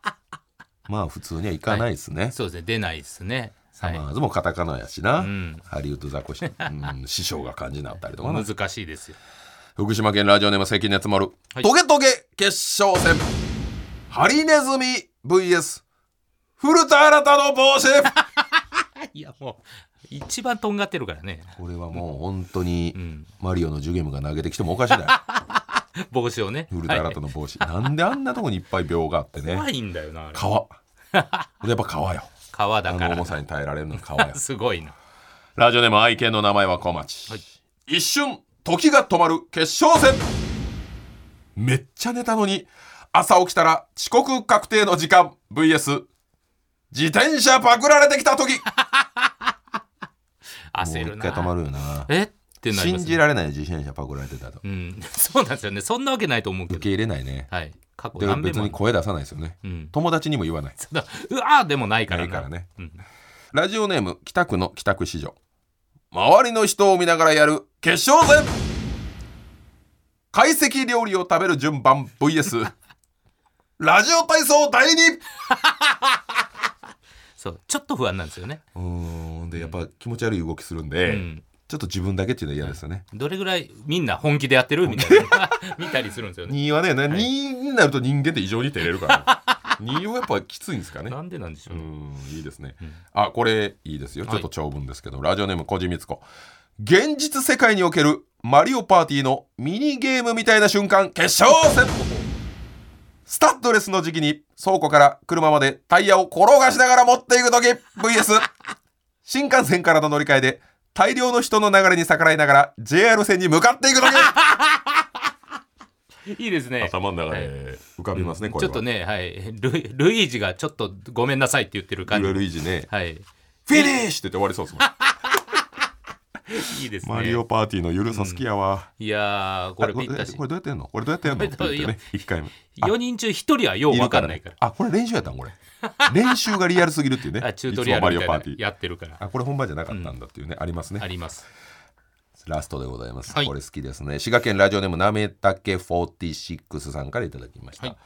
まあ普通にはいかないですね、そうですね出ないですねサはいマーズもカタカナやしな、うんハリウッドザコシ、 うん、師匠が漢字になったりとかな難しいですよ福島県ラジオネーム関根つまる、はいトゲトゲ決勝戦ハリネズミ VS 古田新太の帽子いやもう一番とんがってるか らねこれはもう本当にうんマリオのジュゲムが投げてきてもおかしい だ帽子をねよ古田新はい太の帽子、なんであんなとこにいっぱい秒があって怖ねいんだよなあれ皮これやっぱ皮よ川あだかの重らさに耐えられるのは皮 よすごいなラジオネーム愛犬の名前は小町、はい一瞬時が止まる決勝戦めっちゃ寝たのに朝起きたら遅刻確定の時間 VS 自転車パクられてきた時焦るなるよなえってなりますねられない自転車パクられてたとうん そうなんですよねそんなわけないと思うけど入れないねはい過去何遍もある声出さないですよねうん友達にも言わないだ うわーでもないからないからねうんラジオネーム北区の北区市場周りの人を見ながらやる決勝戦懐石料理を食べる順番 VS ラジオ体操第2そうちょっと不安なんですよね、うーんでやっぱ気持ち悪い動きするんで、うんちょっと自分だけっていうのは嫌ですよね、どれぐらいみんな本気でやってるみた いな見たりするんですよね2はね、な2になると人間って異常に照れるから ね2はやっぱきついんですかねなんでなんでしょうう、んいいですね、んあこれいいですよはちいょっと長文ですけど、ラジオネーム小路光子現実世界におけるマリオパーティーのミニゲームみたいな瞬間決勝戦スタッドレスの時期に倉庫から車までタイヤを転がしながら持っていく時 VS 新幹線からの乗り換えで大量の人の流れに逆らいながら JR 線に向かっていく時いいですねの中で浮かびますね、こちれょっとねはいルイルイージがちょっとごめんなさいって言ってるい感ろいろじいじねはいフィニッシュって言って終わりそうですもんいいですねマリオパーティーのゆるさ好きやわ、いやーこあれこぴれったしこれどうやってやんのこれどうやってやんのって言ってね一回目あ4人中1人はよう分かんないからあこれ練習やったんこれ練習がリアルすぎるっていうね あチュートリアルいつもみたいマリオパなーティーやってるからあこれ本番じゃなかったんだっていうね、ありますねありますラストでございます、はいこれ好きですね滋賀県ラジオネームなめたけ46さんからいただきました、はい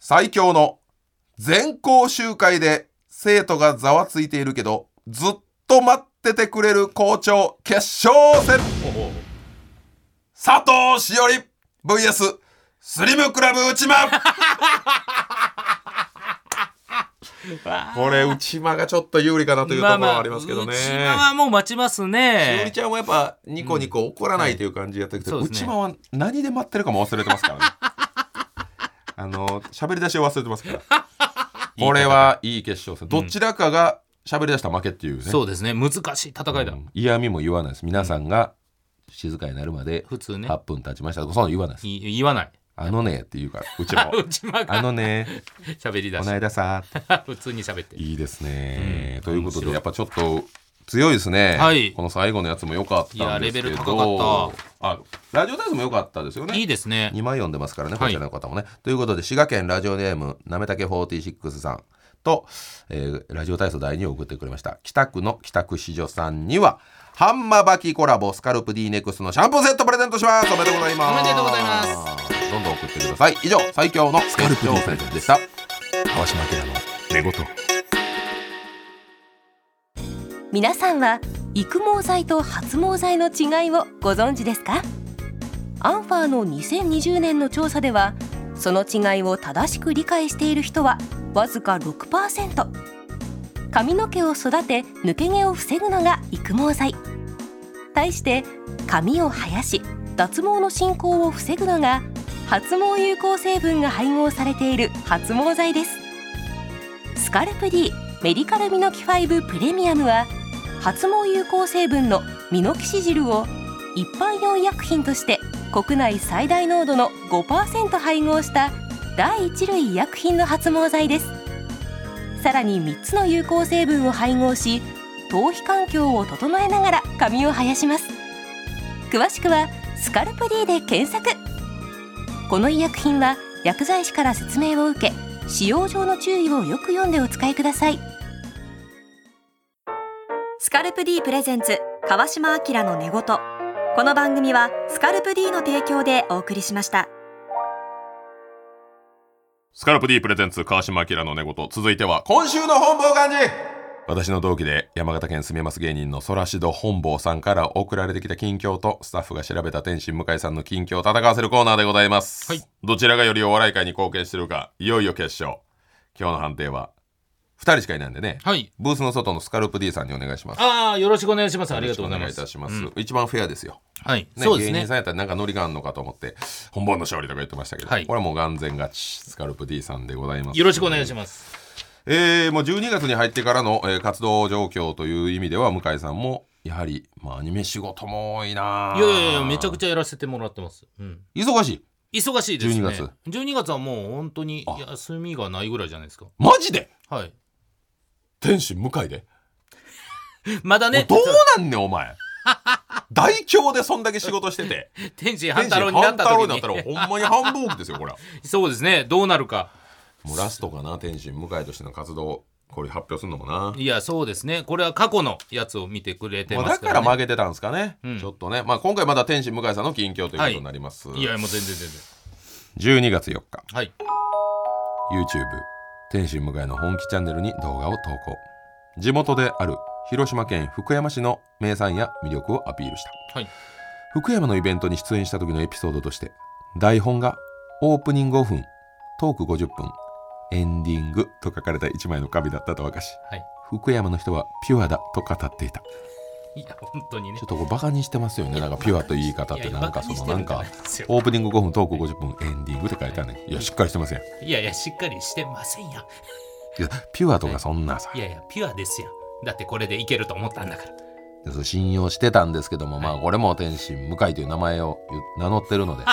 最強の全校集会で生徒がざわついているけどずっと待っててくれる校長決勝戦おお佐藤しおり VS スリムクラブ内 間これ内間がちょっと有利かなというところはありますけどね、内間はもう待ちますしおりねちゃんはやっぱニコニコ怒らないという感じやったけど、うんはいそうです内ね間は何で待ってるかも忘れてます からねあの喋り出しを忘れてますから これはいい決勝戦どちらかが喋り出したら負けっていうね、そうですね難しい戦いだ、うん嫌味も言わないです皆さんが静かになるまで普通ね8分経ちましたとかそんなの言わないですい言わない。あのねって言うから、うちも 内間あがのね、喋りだこしの間さ、普通に喋っていいですね。ということ面白で、いやっぱちょっと強いですね。はいこの最後のやつも良かったんですけど。いやレベル高かった。あ、ラジオダイスも良かったですよね。いいですね2枚読んでますからね、はこいちらの方もね。ということで、滋賀県ラジオネーム、なめたけ46さんと、えーラジオ体操第2を送ってくれました、北区の北区市女さんには、ハンマバキコラボスカルプ D ネクストのシャンプーセットプレゼントしますおめでとうございますおめでとうございますどんどん送ってください以上最強のスカルプ D ネクストでした川島明の寝言皆さんは育毛剤と発毛剤の違いをご存知ですかアンファーの2020年の調査ではその違いを正しく理解している人はわずか6%髪の毛を育て抜け毛を防ぐのが育毛剤対して髪を生やし脱毛の進行を防ぐのが発毛有効成分が配合されている発毛剤ですスカルプ D メディカルミノキ5プレミアムは発毛有効成分のミノキシジルを一般用医薬品として国内最大濃度の5%配合した第一類医薬品の発毛剤ですさらに3つの有効成分を配合し頭皮環境を整えながら髪を生やします詳しくは「スカルプ D」で検索この医薬品は薬剤師から説明を受け使用上の注意をよく読んでお使いくださいスカルプ D プレゼンツ川島明の寝言この番組はスカルプ D の提供でお送りしましたスカルプ D プレゼンツ川島明の寝言続いては今週の本望漢字私の同期で山形県住ます芸人のソラシド本坊さんから送られてきた近況とスタッフが調べた天心向井さんの近況を戦わせるコーナーでございます、はいどちらがよりお笑い界に貢献してるかいよいよ決勝今日の判定は2人しかいないんでね、はいブースの外のスカルプ D さんにお願いしますああよろしくお願いしますありがとうございよまろしすくお願いいたします、うん一番フェアですよはいねそうです芸ね人さんやったらなんかノリがあんのかと思って本番の勝利とか言ってましたけど、はいこれはもう眼前勝ちスカルプ D さんでございますよろしくお願いしますえーもう12月に入ってからの、えー活動状況という意味では向井さんもやはり、まあ、アニメ仕事も多いないいやいやいやめちゃくちちゃやらせてもらってますうんゃ忙しい忙しいですね12月12月はもう本当に休みがないぐらいじゃないですかマジではい天心向井で、まだねもうどうなんねんお前 大凶でそんだけ仕事して て天心半天太郎心になっ半た太郎時になにったらほんまに繁忙期ですよこれはそうですねどうなるかもうラストかな天心向井としての活動これ発表するのもないやそうですねこれは過去のやつを見てくれてまあますだかからら、ね曲げてたんですかね、うんちょっとね、まあ、今回まだ天心向井さんの近況ということになります、いやもう全然全然12月4日はい YouTube 天心向井の本気チャンネルに動画を投稿地元である広島県福山市の名産や魅力をアピールしたはい福山のイベントに出演した時のエピソードとして台本がオープニング5分トーク50分エンディングと書かれた1枚の紙だったと明かしはい福山の人はピュアだと語っていたいや本当にねちょっとこれバカにしてますよねなんかピュアという言い方ってなんかそのなんかおオープニング5分トーク50分エンディングって書いてあるねいやしっかりしてませんいやいやしっかりしてませんやいやピュアとかそんなさいやいやピュアですやんだってこれでいけると思ったんだからでそう信用してたんですけども、まあはいこれも天心向井という名前を言う名乗ってるので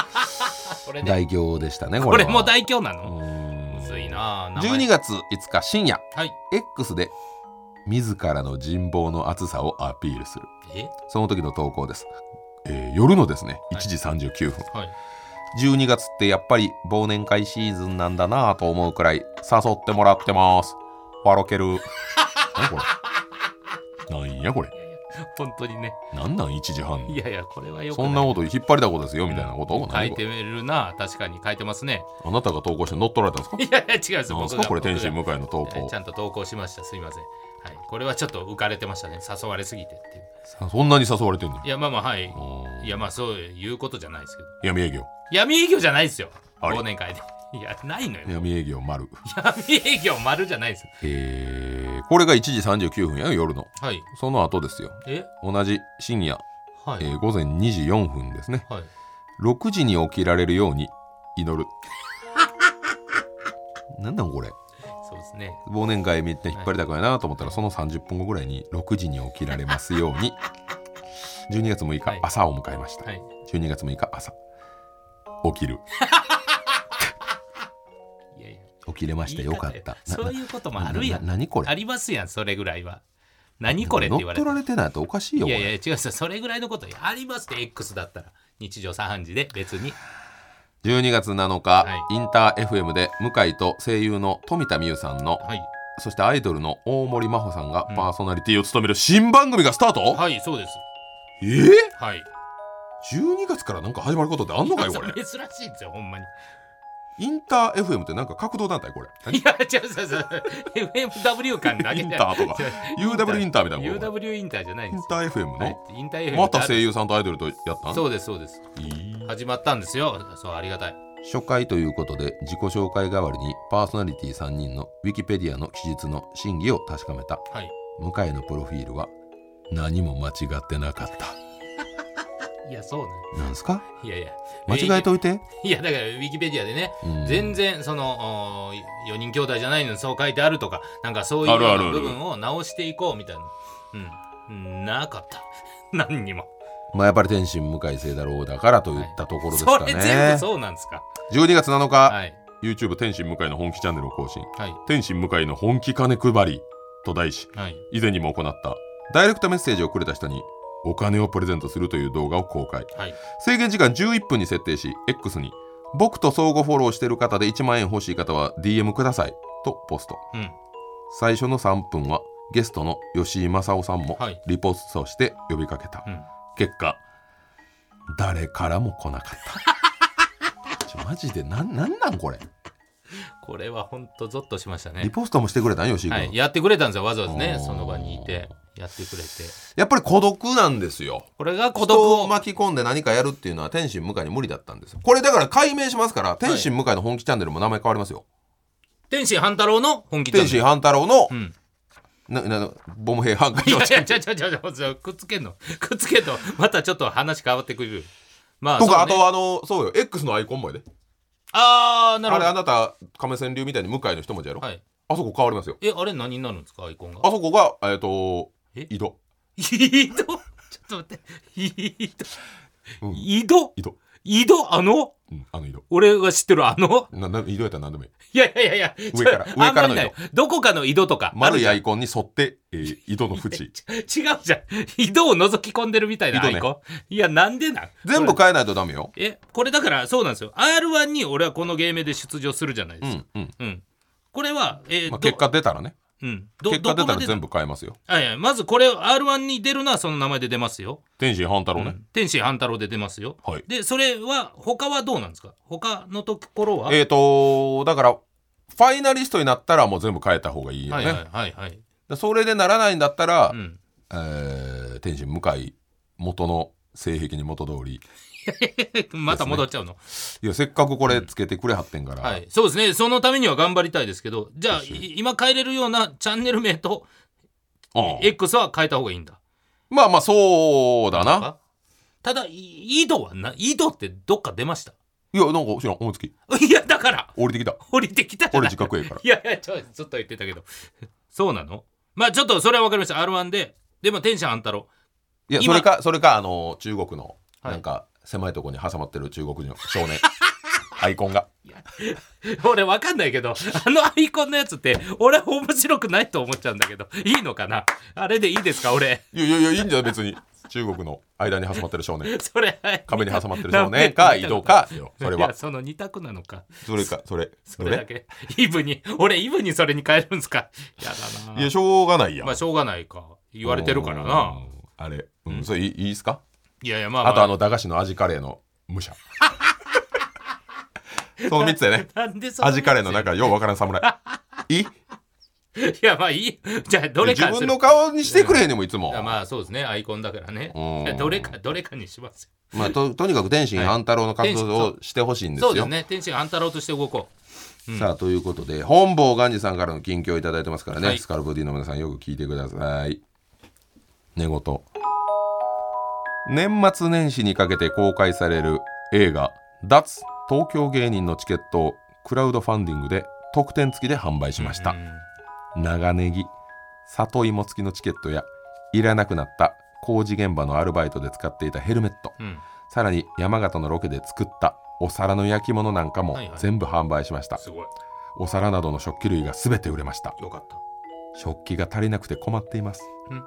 これで大行でしたねここれれはも大凶なうのーんむずいな名前12月5日深夜はい X で自らの人望の厚さをアピールするえその時の投稿です、えー夜のですね1時39分、はい12月ってやっぱり忘年会シーズンなんだなぁと思うくらい誘ってもらってます笑ける 何これなんやこれ本当にねなんなん1時半いやいやこれはよくそんなこと引っ張りだことですよみたいなこと、書何いこてれるな確かに書いてますねあなたが投稿して乗っ取られたんですか いやいや違うんですなんで僕すがかこれ天心僕向が井の投え稿ちゃんと投稿しましたすいませんはいこれはちょっと浮かれてましたね誘われすぎてっていうさそんなに誘われてんのいやまあまあはいうんいやまあそういうことじゃないですけど闇営業闇営業じゃないですよあれ忘年会で いやないのよ闇営業丸闇営業丸じゃないですえー、これが1時39分やよ夜のはいその後ですよえ同じ深夜、はえいー午前2時4分ですねはい6時に起きられるように祈 るなんなんこれそうですね忘年会みんな引っ張りだこやなと思ったらその30分後ぐらいに6時に起きられますように12月6はい日朝を迎えました、はい12月6日朝起きるいやいや起きれましてよかった言い方よそういうこともあるやなんな何これありますやんそれぐらいは何これって言われ乗っ取らてれてないとおかしいよいこれやいや違うんですよそれぐらいのことありますって X だったら日常茶飯事で別に12月7日、はインター FM で向井と声優の富田美優さんのはいそしてアイドルの大森真帆さんがパーソナリティを務める新番組がスタート、はいそうですえー、はい12月からなんか始まることってあんのか よこれ珍しいんですよほんまにインター FM ってなんか格闘団体これいや違う違う違う FMW 感だけじゃインターとか UW インターみたいなこと UW インターじゃなイいんでンすタよー FM のはいインター FM また声優さんとアイドルとやったんそうですそうですいい始まったんですよそうありがたい初回ということで自己紹介代わりにパーソナリティ3人のウィキペディアの記述の真偽を確かめたはい向井のプロフィールは何も間違ってなかったいやそうねなんすかいやいや間違えといて、いやだからウィキペディアでね、うん全然その4人兄弟じゃないのにそう書いてあるとかなんかそういうあるあるような部分を直していこうみたいなうんなかった何にもまあ、やっぱり天心向井聖太郎だからといったところですかそれ全ね部、そうなんですか12月7日、はい、 YouTube 天心向井の本気チャンネルを更新はい天心向井の本気金配りと題しはい以前にも行ったダイレクトメッセージをくれた人にお金をプレゼントするという動画を公開はい制限時間11分に設定し X に僕と相互フォローしてる方で1万円欲しい方は DM くださいとポストうん最初の3分はゲストの吉井正夫さんもはいリポストして呼びかけた、うん結果誰からも来なかった ちょマジでなんなんなんこれこれはほんとゾッとしましたリねポストもしてくれたん吉井君、はいやってくれたんですよわざわざねおーその場にいてやってくれてやっぱり孤独なんですよこれが孤独人をを巻き込んで何かやるっていうのは天心向井に無理だったんですよこれだから解明しますから天心向井の本気チャンネルも名前変わりますよ、天心半太郎の本気チャン天心ネル半太郎の、うんななボム兵ハンカいチやをいやちゃちゃちゃちゃくっつけんのくっつけんのまたちょっと話変わってくるまあとか、あそうねとあのそうよ X のアイコンもやでああなるあほれどあなた亀仙流みたいに向井の人文字やろ、はいあそこ変わりますよえあれ何になるんですかアイコンがあそこがえっ、とえ井戸井戸ちょっと待って井戸、うん井戸井戸井戸あのうんあの井戸俺が知ってるあのなな井戸やったら何でもいいいやいやいやいや上からちょあんま上りからの井戸ないどこかの井戸とか丸いアあるイコンに沿って、えー井戸の縁じゃん違うじゃん井戸を覗き込んでるみたいなア井戸イねコン、いやなんでなん全部これ変えないとダメよえこれだからそうなんですよ R1 に俺はこの芸名で出場するじゃないでうすかんうん、うん、これは、えーまあ、ど結果出たらねうん、ど結果ど出こたがら全部変えますよあいやまずこれ R1 に出るのはその名前で出ますよ天心半太郎ね、うん天心半太郎で出ますよ、はいでそれは他はどうなんですか他のところはえっ、とだからファイナリストになったらもう全部変えた方がいいよはね、いはいはいはい、でそれでならないんだったら、うん、えー天心向井元の性癖に元通りまた戻っちゃうの、いやせっかくこれつけてくれはってんから、はい、そうですねそのためには頑張りたいですけどじゃあい今変えれるようなチャンネル名とうん X は変えた方がいいんだまあまあそうだなあただい井戸はな井戸ってどっか出ました いやなんか知らん思いつきいやだから降りてきた降りてきたじゃ俺ない自覚ええからいやいや、ちょ、ずっと言ってたけど。そうなのまあちょっとそれはわかりました。R1 で。でも、天心半太郎。いや 今それかそれかあの中国のはいなんか狭いとこに挟まってる中国人の少年アイコンが俺わかんないけど、あのアイコンのやつって、俺面白くないと思っちゃうんだけど、いいのかなあれでいいですか俺。いやいやいやいいんじゃない別に中国の間に挟まってる少年それ。壁に挟まってる少年か井戸かよそれいやはその二択なのか。それかそれそれだけ。イブに、俺イブにそれに変えるんですかやだどな。れいやしょうがないやんまあしょうがないか。言われてるからなう。んあれうんそれいいいいっすかいやいや、まあ、まあとあの駄菓子の味カレーの武 者その3つやねなんで そんな味カレーの中ようわからん 侍いいいや、まあいい。じゃあ、どれか自分にするの顔にしてくれへんねんもいつもいやまあそうですねアイコンだからねうんどれかどれかにしますまあ、ととにかく天心半太郎の活動はいをしてほしいんよですよ。そうですね天心半太郎として動こさあということで本坊ガンジさんからの近況をいただいてますからね、はいスカルボディの皆さんよく聞いてください。寝言年末年始にかけて公開される映画「脱東京芸人」のチケットをクラウドファンディングで特典付きで販売しましうた。うん長ネギ里芋付きのチケットやいらなくなった工事現場のアルバイトで使っていたヘルメット、うんさらに山形のロケで作ったお皿の焼き物なんかもはいはい全部販売しました、すごいお皿などの食器類が全て売れましたよかった食器が足りなくて困っています、うん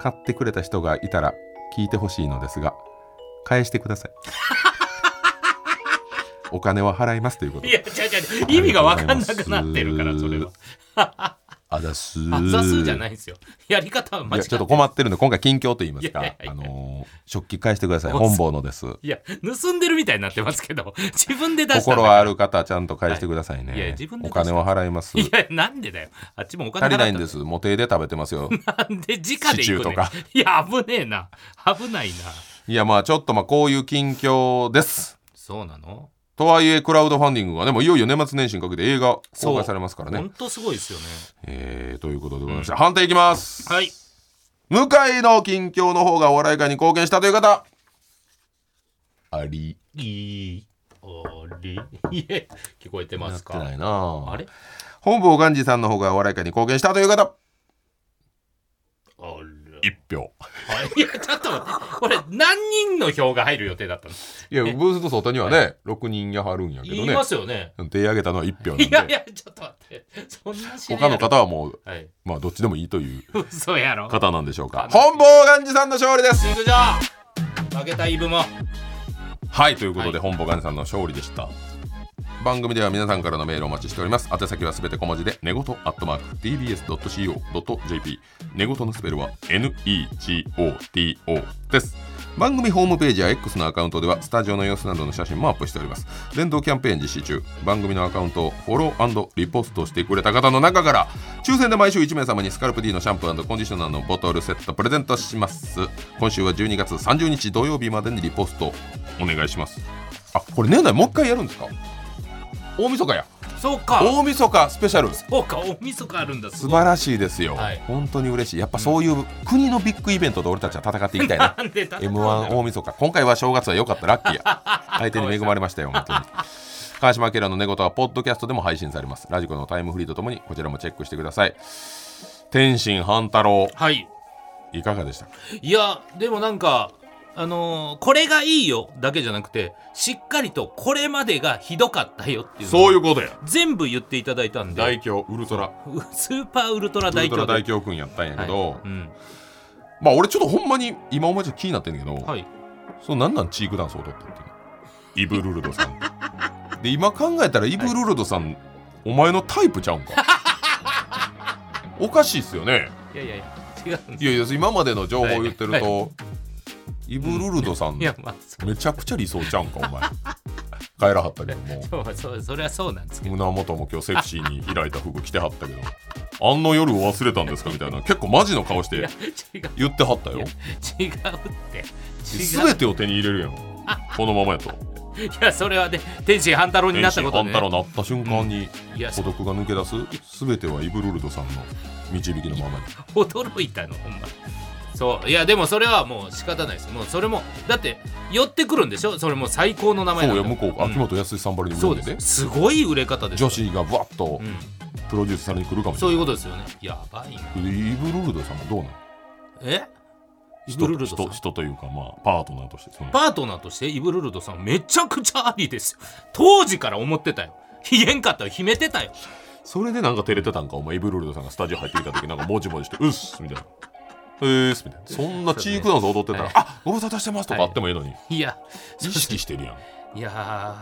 買ってくれた人がいたら聞いてほしいのですが返してくだ さいお金は払いますということいや違う違う意味が分かんなくなってるからそれはあざすあざすじゃないんですよやり方は間い違っやてちょっと困ってるんで今回近況と言いますいやかいやいやあのー食器返してくださいおっさん本坊のですいや盗んでるみたいになってますけど自分で出したんだから心ある方はちゃんと返してくださいね、はいいや自分でお金は払いますい足やなんでだよあっちもお金りないん払でっすもう手で食べてますよたなん で直でシチュー行くとねかいや危ねえな危ないないやまあちょっとまあこういう近況ですそうなのとはいえクラウドファンディングがねもういよいよ年末年始にかけて映画公開されますからほねん、とすごいですよねえー、ということでございまして、判定いきますはい向井の近況の方がお笑い界に貢献したという方ありいいあれ いえ聞こえてますかなってないなあれ本坊ガンジさんの方がお笑い界に貢献したという方あら一票いやちょっと待ってこれ何人の票が入る予定だったの いやブースの外にはね6人やはるんやけど言いねますよね手上げたのは一票なんでいやいやちょっと待ってそんな知り合他いの方はもうはいまあどっちでもいいという嘘やろ方なんでしょうかあの本坊ガンジさんの勝利です行くぞ負けたイブもはいということで、はい本坊ガンジさんの勝利でした番組では皆さんからのメールをお待ちしております宛先はすべて小文字で寝言アットマーク tbs.co.jp 寝言のスペルは negoto です番組ホームページや X のアカウントではスタジオの様子などの写真もアップしております連動キャンペーン実施中番組のアカウントをフォローリポストしてくれた方の中から抽選で毎週1名様にスカルプ D のシャンプーコンディショナーのボトルセットプレゼントします今週は12月30日土曜日までにリポストお願いしますあこれ年内もう一回やるんですか大晦日やそうか大晦日スペシャルそうか大晦日あるんだす素ごい晴らしいですよ、はい本当に嬉しいやっぱそういう国のビッグイベントで俺たちは戦っていきたいななんでだ m 1大晦日今回は正月は良かったラッキー や相手に恵まれましたよ本当に川島明の寝言はポッドキャストでも配信されますラジコのタイムフリーとともにこちらもチェックしてください天心半太郎はいいかがでしたかいやでもなんかあのーこれがいいよだけじゃなくてしっかりとこれまでがひどかったよっていうのをことや全部言っていただいたんで大京ウルトラ スーパーウルトラウル大ト凶ラ大京くんやったんやけど、はいうんまあ俺ちょっとほんまに今思いつき気になってんねんけど、はい、そのなんなんチークダンス踊ったっていうのイブルルドさ んで今考えたらイブルルドさん、お前のタイプちゃ うんかおかしいっすよねいやいやいや違うんですいやいや今までの情報を言ってると、はイブルルドさん、いやまあそめちゃくちゃ理想ちゃうんかお前 帰らはったけどもそうそうそれはそうなんですけど胸元も今日セクシーに開いた服着てはったけどあんの夜を忘れたんですかみたいな結構マジの顔しいやて違う言ってはったいよや違うって違う全てを手に入れるやんこのままやといやそれはね天心半太郎にな天った心半ことで、太郎ね、なった瞬間にいや孤独が抜け出す全てはイブルルドさんの導きのままに驚いたのほんまそういやでもそれはもう仕方ないですもうそれもだって寄ってくるんでしょそれも最高の名前そうやなんだ向こう秋元康さんばりにそ売うれてでてすすごい売れ方です女子がぶわっとうんプロデュースされに来るかもしそうれいなういことですよねやばいなイブルルドさんもどうなのえイブ人ルルドさん人人というかまあパートナーとしてそのパートナーとしてイブルルドさんめちゃくちゃありですよ当時から思ってたよ言えんかったよ秘めてたよそれでなんか照れてたんかお前イブルルドさんがスタジオ入ってきた時なんかもじもじして「うっす」みたいな「えーっす」みたいなそんなチークダンス踊ってたらはい「あご無沙汰してます」とかあってもいいのにいや意識してるやんいや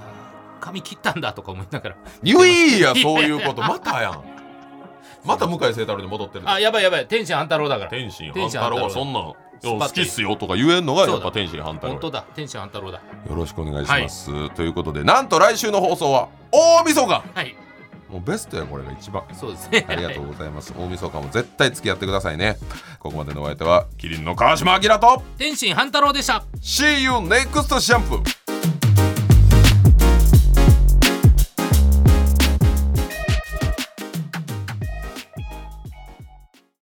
ー髪切ったんだとか思いながらゆいやそういうことまたやん また向井聖太郎に戻ってるあやばいやばい天心半太郎だから天心半天太心半郎太郎はそんなんスパ好ッときっすよとか言えんのがやっそうだぱ天心半太郎本当よだ天心半太郎だろしくお願いします、ということでなんと来週の放送は大晦日はいもうベストやこれが一番そうですねありがとうございます大晦日も絶対付き合ってくださいねここまでのお相手はキリンの川島明と天心半太郎でした See you next シャンプー